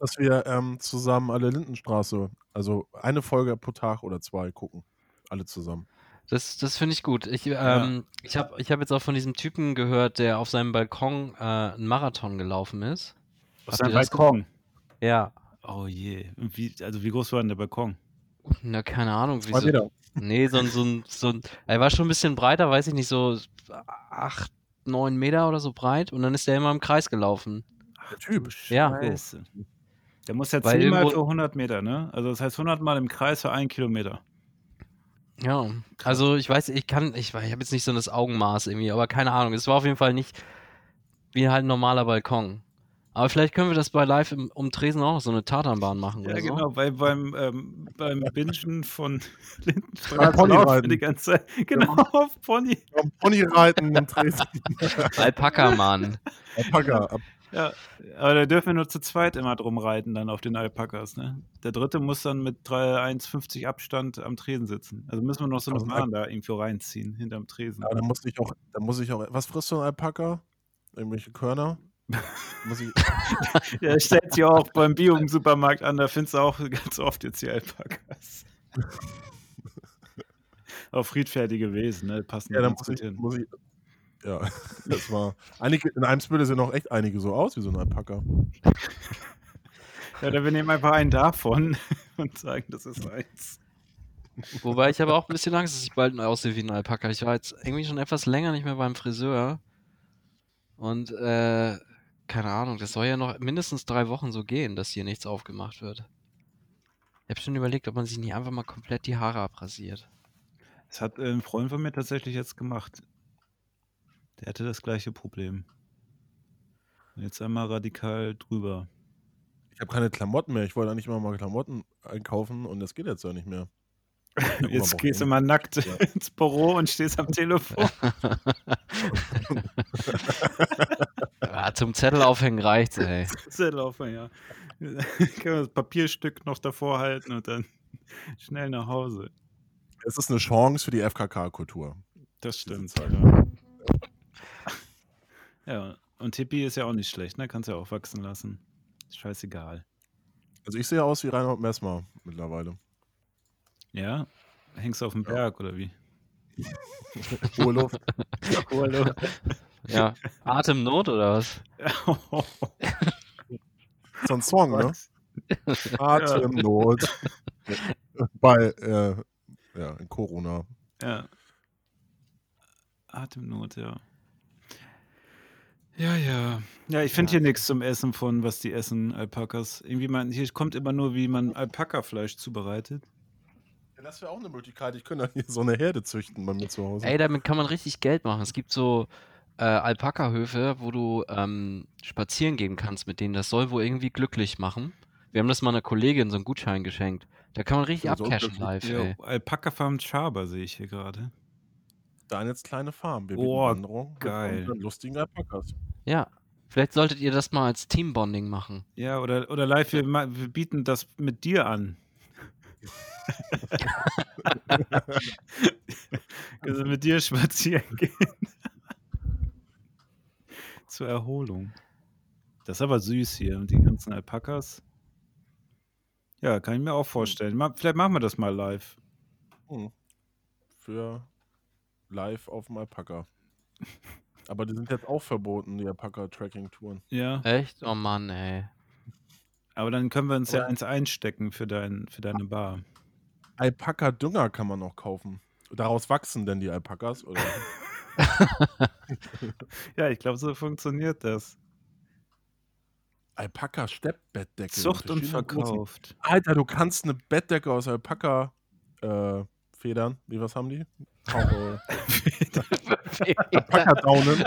S2: dass wir ähm, zusammen alle Lindenstraße, also eine Folge pro Tag oder zwei gucken. Alle zusammen.
S4: das, das finde ich gut. Ich,
S3: Ja.
S4: ähm, ich habe ich hab jetzt auch von diesem Typen gehört, der auf seinem Balkon äh, einen Marathon gelaufen ist.
S3: Auf
S4: Habt
S3: seinem
S4: ihr das
S3: Balkon.
S4: Ja.
S3: Oh je. Und Wie, also wie groß war denn der Balkon?
S4: Na, keine Ahnung. Wie
S2: Mal
S4: so,
S2: wieder.
S4: nee, so ein, so ein, so ein, er war schon ein bisschen breiter, weiß ich nicht, so acht, neun Meter oder so breit und dann ist der immer im Kreis gelaufen.
S2: Der Typ.
S4: Oh, Ja.
S3: Scheiße. Der muss ja
S4: Weil
S3: zehnmal
S4: irgendwo-
S3: für 100 Meter, ne? Also das heißt 100 Mal im Kreis für einen Kilometer.
S4: Ja, also ich weiß, ich kann, ich, wei- ich habe jetzt nicht so das Augenmaß irgendwie, aber keine Ahnung. Es war auf jeden Fall nicht wie halt ein normaler Balkon. Aber vielleicht können wir das bei Live im, um Tresen auch noch so eine Tatanbahn machen
S3: Ja,
S4: oder so.
S3: genau, weil beim, ähm, beim Bingen von
S2: Beim
S3: Lindenstraße
S2: Pony
S3: laufen wir
S2: reiten.
S3: die ganze Zeit. Genau, auf Pony.
S2: Am Pony reiten im Tresen.
S4: Alpaka-Mann.
S2: Alpaka. ab-
S3: Ja, aber da dürfen wir nur zu zweit immer drum reiten, dann auf den Alpakas, ne? Der dritte muss dann mit 3,150 Abstand am Tresen sitzen. Also müssen wir noch so einen
S2: Aber-
S3: Hahn da irgendwo reinziehen, hinterm Tresen.
S2: Ja, da muss ich auch, da muss ich auch. Was frisst so ein Alpaka? Irgendwelche Körner? Muss ich,
S3: Der stellt sich auch beim Bio-Supermarkt an, da findest du auch ganz oft jetzt die Alpakas. Auf friedfertige Wesen, ne? Passen
S2: ja, da
S3: ganz
S2: muss ich,
S3: gut hin.
S2: muss ich. Ja, das war. Einige, in Eimsbüttel sehen auch echt einige so aus wie so ein Alpaka.
S3: Ja, oder wir nehmen einfach einen davon und sagen, das ist eins.
S4: Wobei ich habe auch ein bisschen Angst, dass ich bald aussehe wie ein Alpaka. Ich war jetzt irgendwie schon etwas länger nicht mehr beim Friseur. Und äh, keine Ahnung, das soll ja noch mindestens drei Wochen so gehen, dass hier nichts aufgemacht wird. Ich habe schon überlegt, ob man sich nicht einfach mal komplett die Haare abrasiert.
S3: Das hat äh, ein Freund von mir tatsächlich jetzt gemacht. Der hatte das gleiche Problem. Und jetzt einmal radikal drüber.
S2: Ich habe keine Klamotten mehr. Ich wollte eigentlich immer mal Klamotten einkaufen und das geht jetzt ja nicht mehr.
S3: Jetzt
S2: Oberbock,
S3: gehst du
S2: ne?
S3: mal nackt
S2: Ja.
S3: ins Büro und stehst am Telefon.
S4: Ja, Ah, zum Zettel aufhängen reicht's, ey.
S3: Zettel laufen, ja. Können wir das Papierstück noch davor halten und dann schnell nach Hause.
S2: Es ist eine Chance für die FKK-Kultur.
S3: Das
S2: Diese
S3: stimmt.
S2: Zeit.
S3: Ja. ja, und Tippi ist ja auch nicht schlecht, ne? Kannst ja auch wachsen lassen. Scheißegal.
S2: Also ich sehe aus wie Reinhold Messmer mittlerweile.
S3: Ja? Hängst du auf dem
S2: Ja.
S3: Berg oder wie?
S2: Hohe Luft.
S4: Ja. Atemnot oder was?
S2: So ein Song, ne? Atemnot. Bei, äh, ja, in Corona.
S3: ja. Atemnot, ja. Ja, ja. Ja, ich finde hier nichts zum Essen von, was die essen, Alpakas. Irgendwie man, hier kommt immer nur, wie man Alpakafleisch zubereitet.
S2: Ja, das wäre auch eine Möglichkeit. Ich könnte hier so eine Herde züchten bei mir zu Hause.
S4: Ey, damit kann man richtig Geld machen. Es gibt so äh, Alpaka-Höfe, wo du ähm, spazieren gehen kannst mit denen. Das soll wohl irgendwie glücklich machen. Wir haben das mal einer Kollegin so einen Gutschein geschenkt. Da kann man richtig
S2: Also
S4: abcashen
S2: glücklich.
S4: live,
S3: Ja,
S4: ey.
S3: Alpaka Farm Chaba sehe ich hier gerade.
S2: Daniels kleine Farm. Wir bieten
S3: Oh,
S2: Wanderung mit
S3: geil.
S2: unseren lustigen Alpakas.
S4: Ja. Vielleicht solltet ihr das mal als Teambonding machen.
S3: Ja, oder, oder live, wir, ma- wir bieten das mit dir an. also mit dir spazieren gehen. Zur Erholung. Das ist aber süß hier und die ganzen Alpakas. Ja, kann ich mir auch vorstellen. Ma vielleicht machen wir das mal live.
S2: Hm. Für live auf dem Alpaka. Aber die sind jetzt auch verboten, die Alpaka-Tracking-Touren.
S3: Ja.
S4: Echt? Oh Mann, ey.
S3: Aber dann können wir uns ja
S2: Aber-
S3: eins einstecken für, dein, für deine Bar.
S2: Alpaka-Dünger kann man noch kaufen. Daraus wachsen denn die Alpakas? Oder?
S3: Ja, ich glaube, so funktioniert das.
S2: Alpaka-Steppbettdecke. in
S3: Zucht und
S2: verschiedenen Größen.
S3: verkauft.
S2: Alter, du kannst eine Bettdecke aus Alpaka äh, federn. Wie was haben die? Auch, äh, Alpaka-Daunen.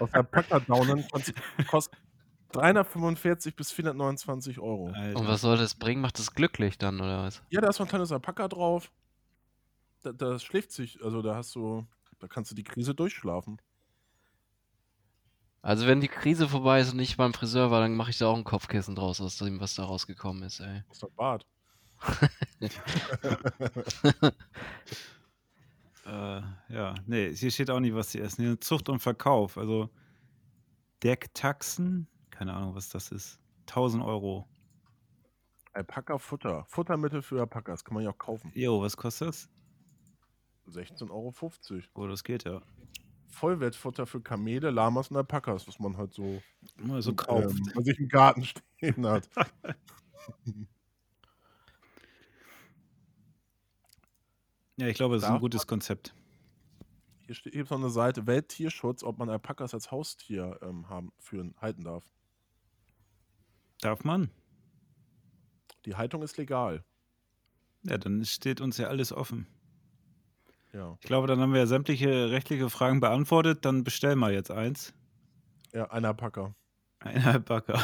S2: aus Alpaka-Daunen kannst- kostet 345 bis 429 Euro.
S3: Alter.
S4: Und was soll das bringen? Macht das glücklich dann, oder was?
S2: Ja, da ist so ein kleines Alpaka drauf. Da, da schläft sich, also da hast du, da kannst du die Krise durchschlafen.
S4: Also wenn die Krise vorbei ist und ich beim Friseur war, dann mache ich da auch ein Kopfkissen draus, aus dem, was da rausgekommen ist, ey.
S2: Aus dem Bad.
S3: Äh, ja, nee, hier steht auch nicht, was sie essen. Hier Zucht und Verkauf. Also Decktaxen, keine Ahnung, was das ist. 1000 Euro.
S2: Alpaka-Futter. Futtermittel für Alpakas kann man ja auch kaufen.
S3: Jo, was kostet das?
S2: 16,50 Euro.
S3: Oh, das geht ja.
S2: Vollwertfutter für Kamele, Lamas und Alpakas, was man halt so
S3: Mal Oh, so kauft.
S2: ähm, man sich im Garten stehen hat.
S3: Ja, ich glaube, das ist
S2: darf
S3: ein gutes Konzept.
S2: Hier steht eben so eine Seite, Welttierschutz, ob man Alpakas als Haustier ähm, haben, führen, halten darf.
S3: Darf man?
S2: Die Haltung ist legal.
S3: Ja, dann steht uns ja alles offen.
S2: Ja.
S3: Ich glaube, dann haben wir ja sämtliche rechtliche Fragen beantwortet. Dann bestellen wir jetzt eins.
S2: ja ein Alpaka.
S3: Ein Alpaka.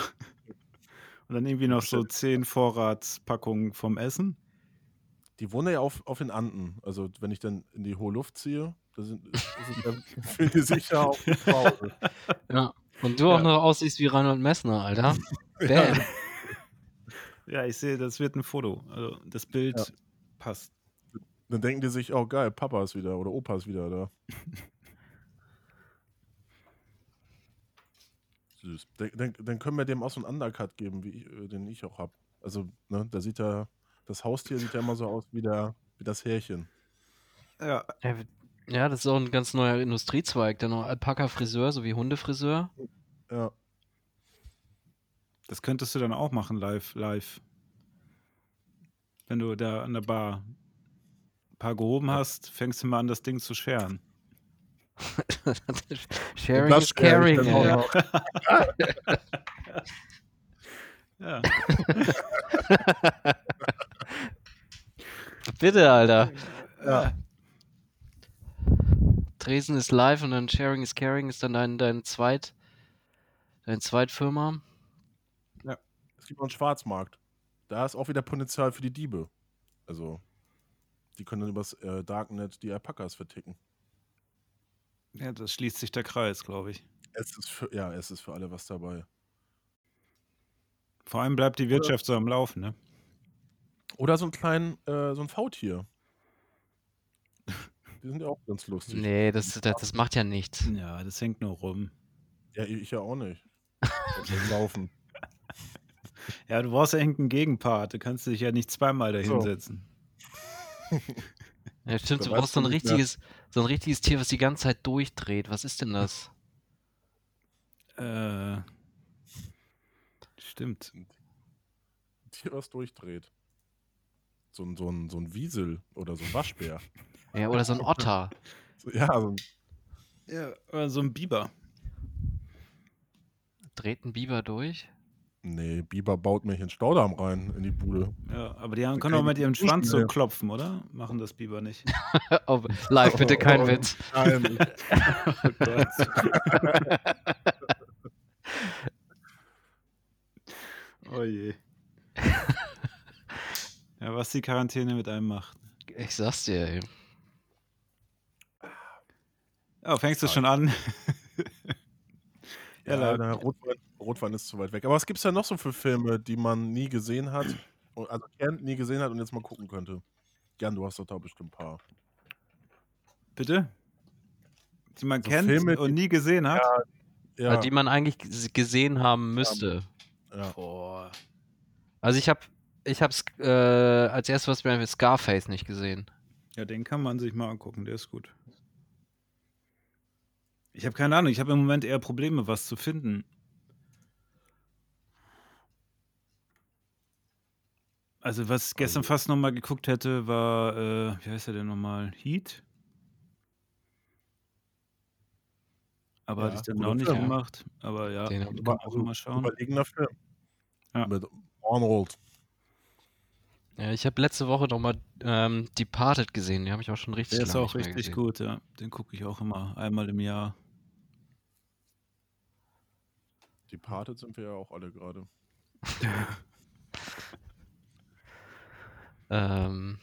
S3: Und dann irgendwie noch so zehn Vorratspackungen vom Essen.
S2: Die wohnen ja auf, auf den Anden. Also wenn ich dann in die hohe Luft ziehe, da sind, ist es dann für die sicher auf dem Baum.
S4: Ja. Und du auch
S3: Ja.
S4: noch aussiehst wie Reinhold Messner, Alter. Bam.
S3: Ja, ich sehe, das wird ein Foto. Also das Bild
S2: Ja.
S3: passt.
S2: Dann denken die sich, oh geil, Papa ist wieder oder Opa ist wieder da. Süß. Dann, dann, dann können wir dem auch so einen Undercut geben, wie ich, äh, den ich auch habe. Also, ne, da sieht er, das Haustier sieht ja immer so aus wie, der, wie das Härchen.
S3: Ja,
S4: Ja, w- Ja, das ist auch ein ganz neuer Industriezweig. Dann noch Alpaka-Friseur sowie Hundefriseur.
S2: Ja.
S3: das könntest du dann auch machen live, live. Wenn du da an der Bar ein paar gehoben hast, fängst du mal an, das Ding zu scheren.
S4: Sharing
S2: Das wär ich
S4: is caring,
S2: dann
S4: ey.
S2: auch noch.
S3: Ja,
S4: Bitte, Alter.
S2: Ja.
S4: Dresden ist live und dann Sharing is caring ist dann dein, dein Zweit, dein Zweitfirma.
S2: Es gibt noch einen Schwarzmarkt. Da ist auch wieder Potenzial für die Diebe. Also, die können dann übers äh, Darknet die Alpakas verticken.
S3: ja das schließt sich der Kreis, glaube ich.
S2: Es ist für, ja, es ist für alle was dabei.
S3: Vor allem bleibt die Wirtschaft so am Laufen, ne?
S2: Oder so einen kleinen, äh, so ein Faultier. Die sind ja auch ganz lustig.
S4: Nee, das, das, das macht ja nichts.
S3: Ja, das hängt nur rum.
S2: Ja, ich ich ja auch nicht. Die Laufen.
S3: Ja, du brauchst ja irgendeinen Gegenpart. Du kannst dich ja nicht zweimal da
S2: So.
S3: hinsetzen.
S4: Ja, stimmt,
S2: Da weißt
S4: du brauchst so
S2: du
S4: ein
S2: nicht mehr.
S4: richtiges, so ein richtiges Tier, was die ganze Zeit durchdreht. Was ist denn das?
S3: Äh, stimmt.
S2: Tier, was durchdreht. So ein, so, ein, so ein Wiesel oder so ein Waschbär.
S4: Ja, oder so ein Otter.
S2: So, ja, so ein,
S3: Ja, oder so ein Biber.
S4: Dreht ein Biber durch?
S2: nee, Biber baut mir hier einen Staudamm rein in die Bude.
S3: Ja, aber die haben,
S2: Da
S3: können auch
S2: kann ich
S3: mit ihrem
S2: nicht
S3: Schwanz so
S2: mehr.
S3: klopfen, oder? Machen das Biber nicht.
S4: Oh, live, bitte kein
S2: Oh.
S4: Witz.
S2: Nein.
S3: Oh Gott. oh je. Ja, was die Quarantäne mit einem macht.
S4: Ich sag's dir, ey.
S3: Oh, fängst du schon an?
S2: ja,
S3: Ja,
S2: na, Rotwein, Rotwein ist zu weit weg. Aber was gibt es ja noch so für Filme, die man nie gesehen hat? Und- Also kennt, nie gesehen hat und jetzt mal gucken könnte. Jan, du hast doch da bestimmt ein paar.
S3: Bitte? Die man
S2: So
S3: kennt
S2: Filme,
S3: und nie gesehen hat?
S2: Ja,
S4: die man eigentlich g- gesehen haben müsste.
S2: ja.
S4: Boah. Also ich habe ich hab's äh, als erstes was mir Scarface nicht gesehen.
S3: Ja, den kann man sich mal angucken, der ist gut. Ich habe keine Ahnung, ich habe im Moment eher Probleme, was zu finden. Also, was ich gestern fast nochmal geguckt hätte, war, äh, wie heißt er denn nochmal? Heat? Aber
S2: Ja,
S3: hatte ich dann
S2: guter
S3: auch nicht
S2: Film.
S3: gemacht. Aber ja,
S4: Den-
S3: kann man auch mal schauen.
S2: Überlegender Film.
S3: Ja.
S2: Mit Arnold.
S4: Ja, ich habe letzte Woche nochmal ähm, Departed gesehen, den habe ich auch schon richtig
S3: Der ist
S4: lange
S3: auch
S4: nicht mehr
S3: richtig
S4: gesehen.
S3: gut, ja. Den gucke ich auch immer einmal im Jahr.
S2: Die Parted sind wir ja auch alle gerade.
S4: Ähm,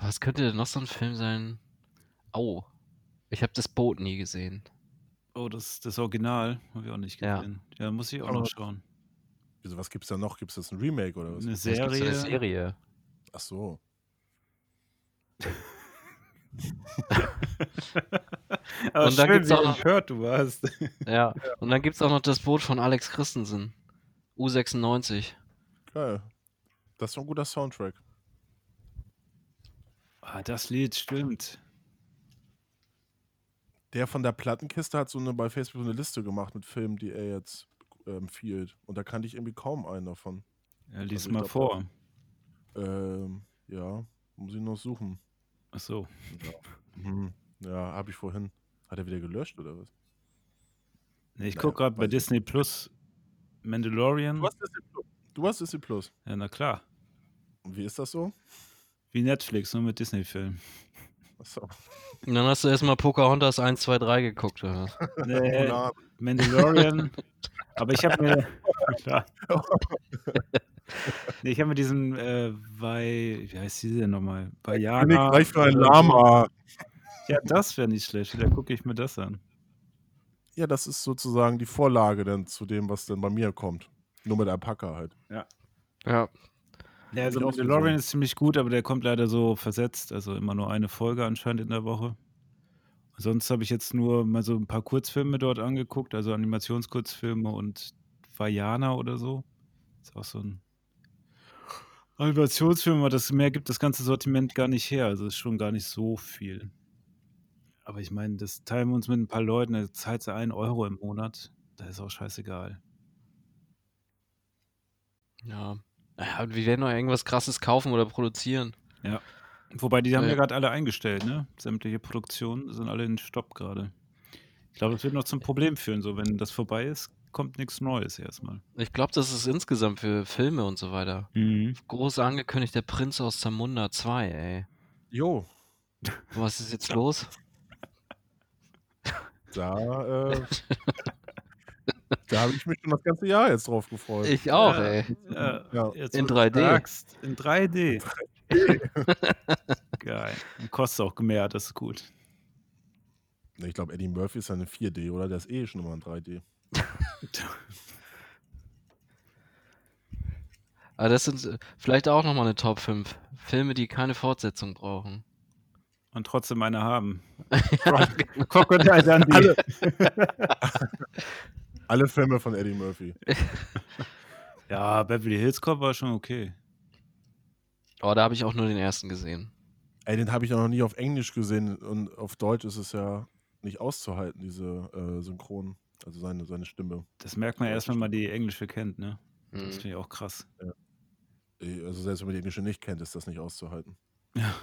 S4: was könnte denn noch so ein Film sein? Au. Ich habe das Boot nie gesehen.
S3: Oh, das, das Original habe ich auch nicht
S4: Ja.
S3: gesehen. Ja, muss ich auch
S2: Aber-
S3: noch schauen.
S2: Wieso, was gibt's da noch? Gibt's das ein Remake oder was?
S3: Eine
S4: Es gibt so
S3: Serie.
S4: eine Serie.
S2: Ach so.
S3: Aber
S4: Und dann gibt's auch noch-
S3: empört Ah, du warst.
S4: Ja. Und dann gibt es auch noch das Boot von Alex Christensen. U96.
S2: Geil. Das ist doch ein guter Soundtrack.
S3: Ah, das Lied stimmt.
S2: Der von der Plattenkiste hat so eine bei Facebook so eine Liste gemacht mit Filmen, die er jetzt äh, empfiehlt. Und da kannte ich irgendwie kaum einen davon.
S3: Ja, lies
S2: Also ich
S3: mal
S2: glaub,
S3: vor.
S2: Ähm, ja, muss ich noch suchen.
S3: Ach so.
S2: Hm. Ja, habe ich vorhin. Hat er wieder gelöscht oder was?
S3: Nee, ich
S2: Naja,
S3: gucke gerade bei
S2: weiß ich
S3: Disney Plus Mandalorian.
S2: Du hast Disney Plus. Du hast Disney Plus.
S3: Ja, na klar.
S2: Und wie ist das so?
S3: Wie Netflix, nur mit Disney-Filmen.
S2: Achso.
S4: Und dann hast du erstmal Pocahontas 1, 2, 3 geguckt, oder? was?
S3: Nee,
S2: Na,
S3: Mandalorian. Aber ich habe mir. Klar. nee, ich habe mir diesen äh, bei. Wie heißt sie denn nochmal? Vajana.
S2: Königreich für ein Lama.
S3: Ja, das wäre nicht schlecht. Da gucke ich mir das an.
S2: Ja, das ist sozusagen die Vorlage dann zu dem, was dann bei mir kommt. Nur mit Alpaka halt.
S4: Ja.
S3: Ja, also
S2: ich auch
S3: Mandalorian
S2: gesehen.
S3: ist ziemlich gut, aber der kommt leider so versetzt. Also immer nur eine Folge anscheinend in der Woche. Sonst habe ich jetzt nur mal so ein paar Kurzfilme dort angeguckt, also Animationskurzfilme und Vajana oder so. Ist auch so ein Animationsfilm, aber das mehr gibt das ganze Sortiment gar nicht her. Also ist schon gar nicht so viel. Aber ich meine, das teilen wir uns mit ein paar Leuten, da zahlt sie einen Euro im Monat. Da ist auch scheißegal.
S4: Ja. Ja, und wir werden noch irgendwas krasses kaufen oder produzieren.
S3: Wobei, die haben
S4: Ja.
S3: ja gerade alle eingestellt, ne? Sämtliche Produktionen sind alle in Stopp gerade. Ich glaube, das wird noch zum Problem führen. So, wenn das vorbei ist, kommt nichts Neues erstmal.
S4: Ich glaube, das ist insgesamt für Filme und so weiter. Groß angekündigt, der Prinz aus Zamunda 2, ey.
S2: Jo,
S4: Was ist jetzt los?
S2: da, äh, da habe ich mich schon das ganze Jahr jetzt drauf gefreut.
S4: Ich auch,
S3: Ja.
S4: ey.
S3: Ja,
S2: Ja.
S3: jetzt,
S4: In
S3: wo du
S4: 3D.
S3: Sagst, in 3D. Geil. Und kostet auch mehr, das ist gut.
S2: Ich glaube, Eddie Murphy ist ja eine 4D, oder? Der ist eh schon immer in 3D.
S4: Aber das sind äh, vielleicht auch nochmal eine Top 5. Filme, die keine Fortsetzung brauchen.
S3: Und trotzdem eine haben. Crocodile Dundee.
S2: Alle- Alle Filme von Eddie Murphy.
S3: Ja, Beverly Hills Cop war schon okay.
S4: Oh, da habe ich auch nur den ersten gesehen.
S2: Ey, den habe ich noch nie auf Englisch gesehen und auf Deutsch ist es ja nicht auszuhalten, diese äh, Synchron, also seine, seine Stimme.
S3: Das merkt man erst, wenn man die Englische kennt, ne? Das
S4: Mhm.
S3: finde ich auch krass.
S2: Äh, Also selbst wenn man die Englische nicht kennt, ist das nicht auszuhalten.
S3: Ja.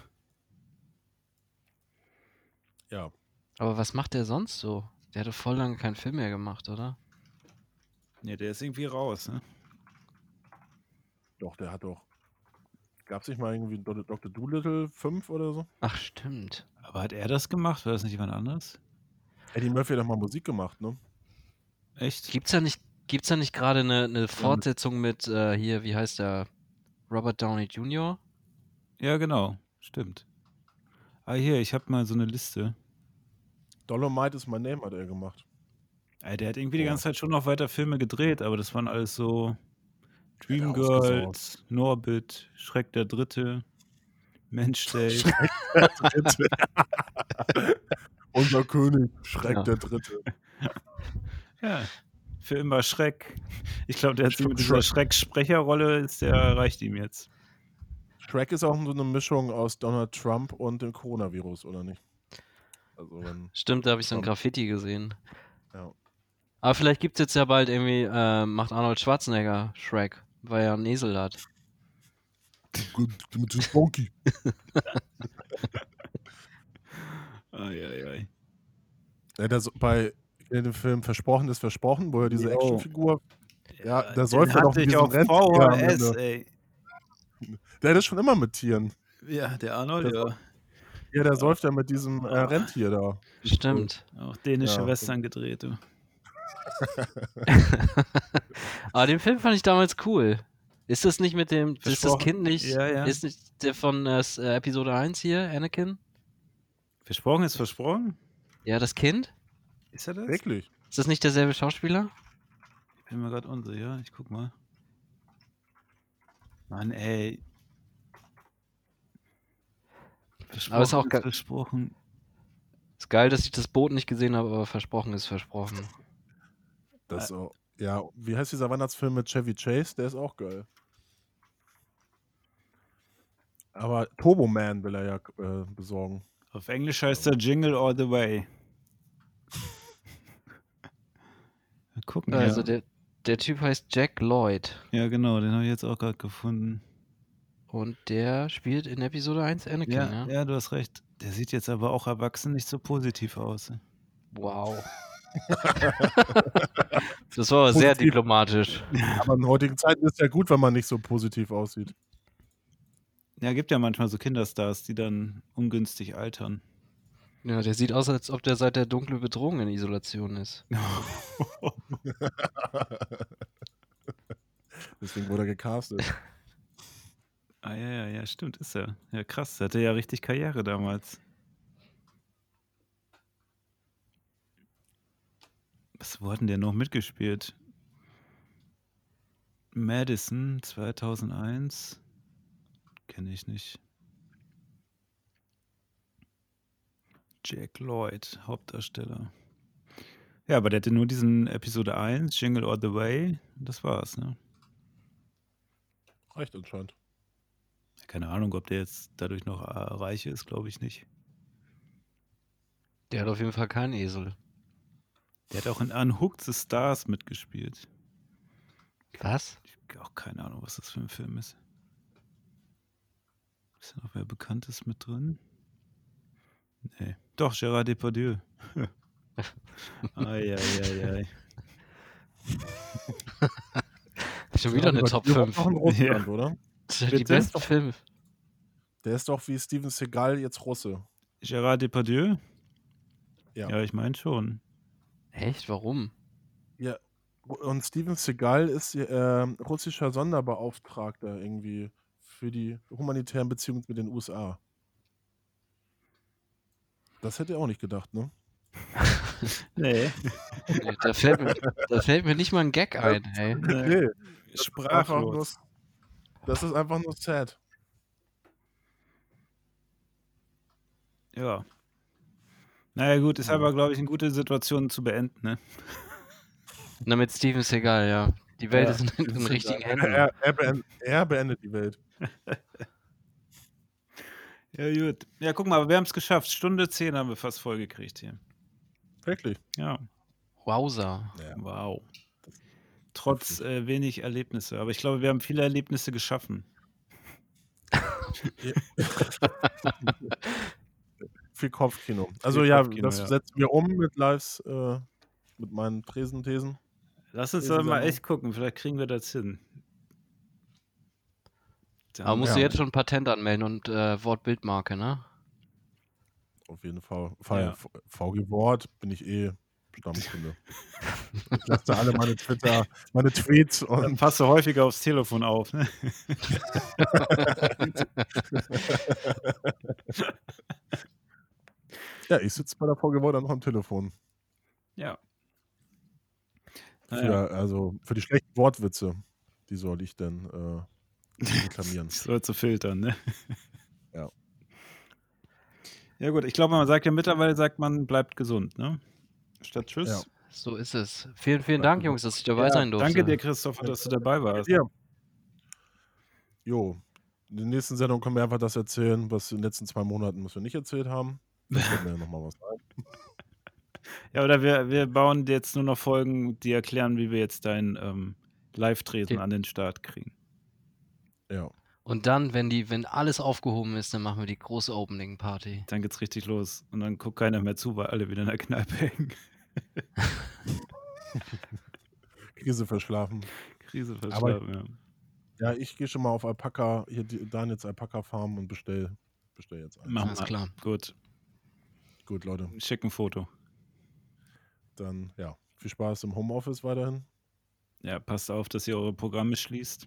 S2: Ja,
S4: Aber was macht der sonst so? Der hatte voll lange keinen Film mehr gemacht, oder?
S3: Ja, der ist irgendwie raus, ne?
S2: doch, der hat doch. Gab es nicht mal irgendwie Do- Dr. Doolittle 5 oder so?
S4: Ach, stimmt.
S3: Aber hat er das gemacht? War das nicht jemand anders?
S2: Eddie Murphy hat doch mal Musik gemacht, ne?
S3: Echt?
S4: Gibt's da nicht, gibt's da nicht gerade eine, eine Fortsetzung mit äh, hier, wie heißt der? Robert Downey Jr.?
S3: Ja, genau. Stimmt. Ah, hier, ich habe mal so eine Liste.
S2: Dolomite is my name hat er gemacht.
S3: Ah, der hat irgendwie die
S2: Boah.
S3: ganze Zeit schon noch weiter Filme gedreht, aber das waren alles so
S2: ausgesorgt.
S3: Dreamgirls, Norbit, Schreck der Dritte, Mensch Day.
S2: Unser König, Schreck
S4: Ja.
S2: der Dritte.
S3: Ja. Für immer Schreck. Ich glaube, der hat sich
S2: Schreck,
S3: mit dieser Schreck-Sprecherrolle, ist der reicht ihm jetzt.
S2: Shrek ist auch so eine Mischung aus Donald Trump und dem Coronavirus, oder nicht? Also, wenn,
S4: Stimmt, da habe ich so ein Graffiti gesehen.
S2: ja.
S4: Aber vielleicht gibt es jetzt ja bald irgendwie, äh, macht Arnold Schwarzenegger Shrek, weil er einen Esel hat.
S2: Monkey.
S3: Eieiei.
S2: Ja, das, bei in dem Film Versprochen ist Versprochen, wo er diese
S3: Jo.
S2: Actionfigur. Ja, da soll er
S3: Den
S2: doch
S3: hatte ich
S2: diesen
S3: auf
S2: Rentner am
S3: VHS,
S2: Ende.
S3: ey.
S2: Der hat das schon immer mit Tieren.
S3: Ja, der Arnold,
S2: Das-
S3: ja.
S2: Ja, der säuft ja mit diesem äh, Rentier da.
S4: Stimmt.
S3: Auch dänische
S2: Ja.
S3: Western gedreht, du.
S4: Aber den Film fand ich damals cool. Ist das nicht mit dem, ist das
S3: Versprochen.
S4: Kind nicht,
S3: Ja, ja.
S4: ist nicht der von äh, S- äh, Episode 1 hier, Anakin?
S3: Versprochen ist versprochen.
S4: Ja, das Kind?
S3: Ist er das? Ich
S2: Wirklich.
S4: Ist das nicht derselbe Schauspieler?
S3: bin mir gerade unsicher. Ich guck mal. Mann, ey. Versprochen
S4: Aber ist auch ge-
S3: versprochen.
S4: Ist geil, dass ich das Boot nicht gesehen habe, aber versprochen ist versprochen.
S2: Das so. Ja, wie heißt dieser Weihnachtsfilm mit Chevy Chase? Der ist auch geil. Aber Turbo Man will er ja äh, besorgen.
S3: Auf Englisch heißt der Jingle All the Way. Mal gucken.
S4: Also
S3: ja.
S4: der, der Typ heißt Jack Lloyd
S3: ja, genau, den habe ich jetzt auch gerade gefunden.
S4: und der spielt in Episode 1 Anakin,
S3: Ja,
S4: ja?
S3: ja, du hast recht. Der sieht jetzt aber auch erwachsen nicht so positiv aus.
S4: Wow. das war aber sehr
S2: Positiv.
S4: diplomatisch.
S2: Aber in heutigen Zeiten ist ja gut, wenn man nicht so positiv aussieht.
S3: Ja, gibt ja manchmal so Kinderstars, die dann ungünstig altern.
S4: Ja, der sieht aus, als ob der seit der dunkle Bedrohung in Isolation ist.
S2: Deswegen wurde er gecastet.
S3: Ah ja, ja, ja, stimmt, ist er. Ja, krass, der hatte ja richtig Karriere damals. Was, wo hatten der noch mitgespielt? Madison 2001. Kenne ich nicht. Jack Lloyd, Hauptdarsteller. Ja, aber der hatte nur diesen Episode 1, Jingle All the Way. Das war's, ne?
S2: Reicht anscheinend.
S3: Keine Ahnung, ob der jetzt dadurch noch äh, reich ist, glaube ich nicht.
S4: Der hat auf jeden Fall keinen Esel.
S3: Der hat auch in Unhooked the Stars mitgespielt.
S4: Was?
S3: Ich habe auch keine Ahnung, was das für ein Film ist. Ist da noch wer Bekanntes mit drin? Nee. Doch, Gérard Depardieu. Eieiei.
S4: Schon wieder eine
S2: Aber
S4: Top
S2: die waren
S4: 5.
S2: Noch in Russland, oder?
S4: Das sind die
S3: Bitte?
S4: besten Filme.
S2: Der ist doch wie Steven Seagal jetzt Russe.
S3: Gérard Depardieu?
S2: Ja.
S3: Ja, ich meine schon.
S4: Echt? Warum?
S2: Und Steven Seagal ist äh, russischer Sonderbeauftragter irgendwie für die humanitären Beziehungen mit den USA. Das hätte er auch nicht gedacht, ne?
S3: Nee.
S4: Nee, Da fällt, mir, da fällt mir nicht mal ein Gag ein, ey.
S2: Nee,
S3: Äh, Sprachlos.
S2: Das ist einfach nur sad.
S3: Ja. Naja, gut, ist aber, glaube ich, eine gute Situation zu beenden, ne?
S4: Na, mit Steven Seagal, ja. Die Welt
S3: Ja,
S4: ist in den richtigen Händen.
S2: Er, er, beendet, er beendet die Welt.
S3: Ja, gut. Ja, guck mal, wir haben es geschafft. Stunde 10 haben wir fast vollgekriegt hier.
S2: Wirklich.
S3: Ja.
S4: Wowser.
S3: Wow. Trotz äh, wenig Erlebnisse. Aber ich glaube, wir haben viele Erlebnisse geschaffen.
S2: Viel Kopfkino. Also
S3: Viel
S2: ja,
S3: Kopfkino,
S2: das
S3: ja.
S2: setzen wir um mit Lives, äh, mit meinen Tresenthesen.
S3: Lass uns
S2: Diese
S3: doch mal
S2: Sendung.
S3: echt gucken. Vielleicht kriegen wir das hin. Dann-
S4: Aber musst du
S2: Ja.
S4: jetzt schon ein Patent anmelden und äh, Wortbildmarke, ne?
S2: Auf jeden Fall. Fall
S3: Ja.
S2: V- VG Wort bin ich eh Stammkunde. ich lasse alle meine Twitter, meine Tweets
S3: Dann
S2: und
S3: passt du häufiger aufs Telefon auf. Ne?
S2: ja, ich sitze bei der VG Wort dann noch am Telefon.
S3: Ja.
S2: Für,
S3: Naja.
S2: Also für die schlechten Wortwitze, die soll ich dann äh, reklamieren.
S3: Soll zu filtern, ne?
S2: Ja.
S3: Ja, gut. Ich glaube, man sagt ja mittlerweile, sagt man, bleibt gesund, ne? Statt Tschüss.
S2: Ja.
S4: So ist es. Vielen, vielen Dank, Jungs, dass ich dabei sein durfte.
S3: Danke dir, Christopher, dass du dabei warst.
S2: Ja. Jo. In der nächsten Sendung können wir einfach das erzählen, was in den letzten zwei Monaten was wir nicht erzählt haben. Da fällt mir ja nochmal was ein.
S3: Ja, oder wir, wir bauen jetzt nur noch Folgen, die erklären, wie wir jetzt deinen ähm, Live-Tresen
S4: Die-
S3: an den Start kriegen.
S2: Ja.
S4: Und dann, wenn die, wenn alles aufgehoben ist, dann machen wir die große Opening-Party.
S3: Dann geht's richtig los. Und dann guckt keiner mehr zu, weil alle wieder in der Kneipe hängen.
S2: Krise verschlafen.
S3: Krise
S2: Aber-
S3: verschlafen, ja.
S2: Ja, ich gehe schon mal auf Alpaka, hier die- Daniels Alpaka Farm und bestell, bestell jetzt ein.
S3: Machen
S4: Alles
S3: wir.
S4: klar.
S3: Gut,
S2: Gut, Leute.
S3: schick ein Foto.
S2: Dann, ja, viel Spaß im Homeoffice weiterhin.
S3: Ja, passt auf, dass ihr eure Programme schließt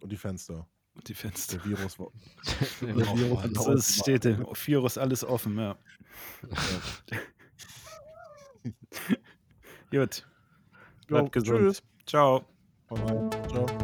S2: Und die Fenster.
S3: und die Fenster. Also,
S2: Der Virus war.
S4: Wir
S2: Ja,
S4: brauchen
S2: wir-
S4: alles.
S2: das
S3: Es
S2: Offen
S3: ist- steht im Virus alles offen, ja. Gut,
S2: Jo,
S3: bleibt gesund. Ciao.
S2: Bye bye. Ciao.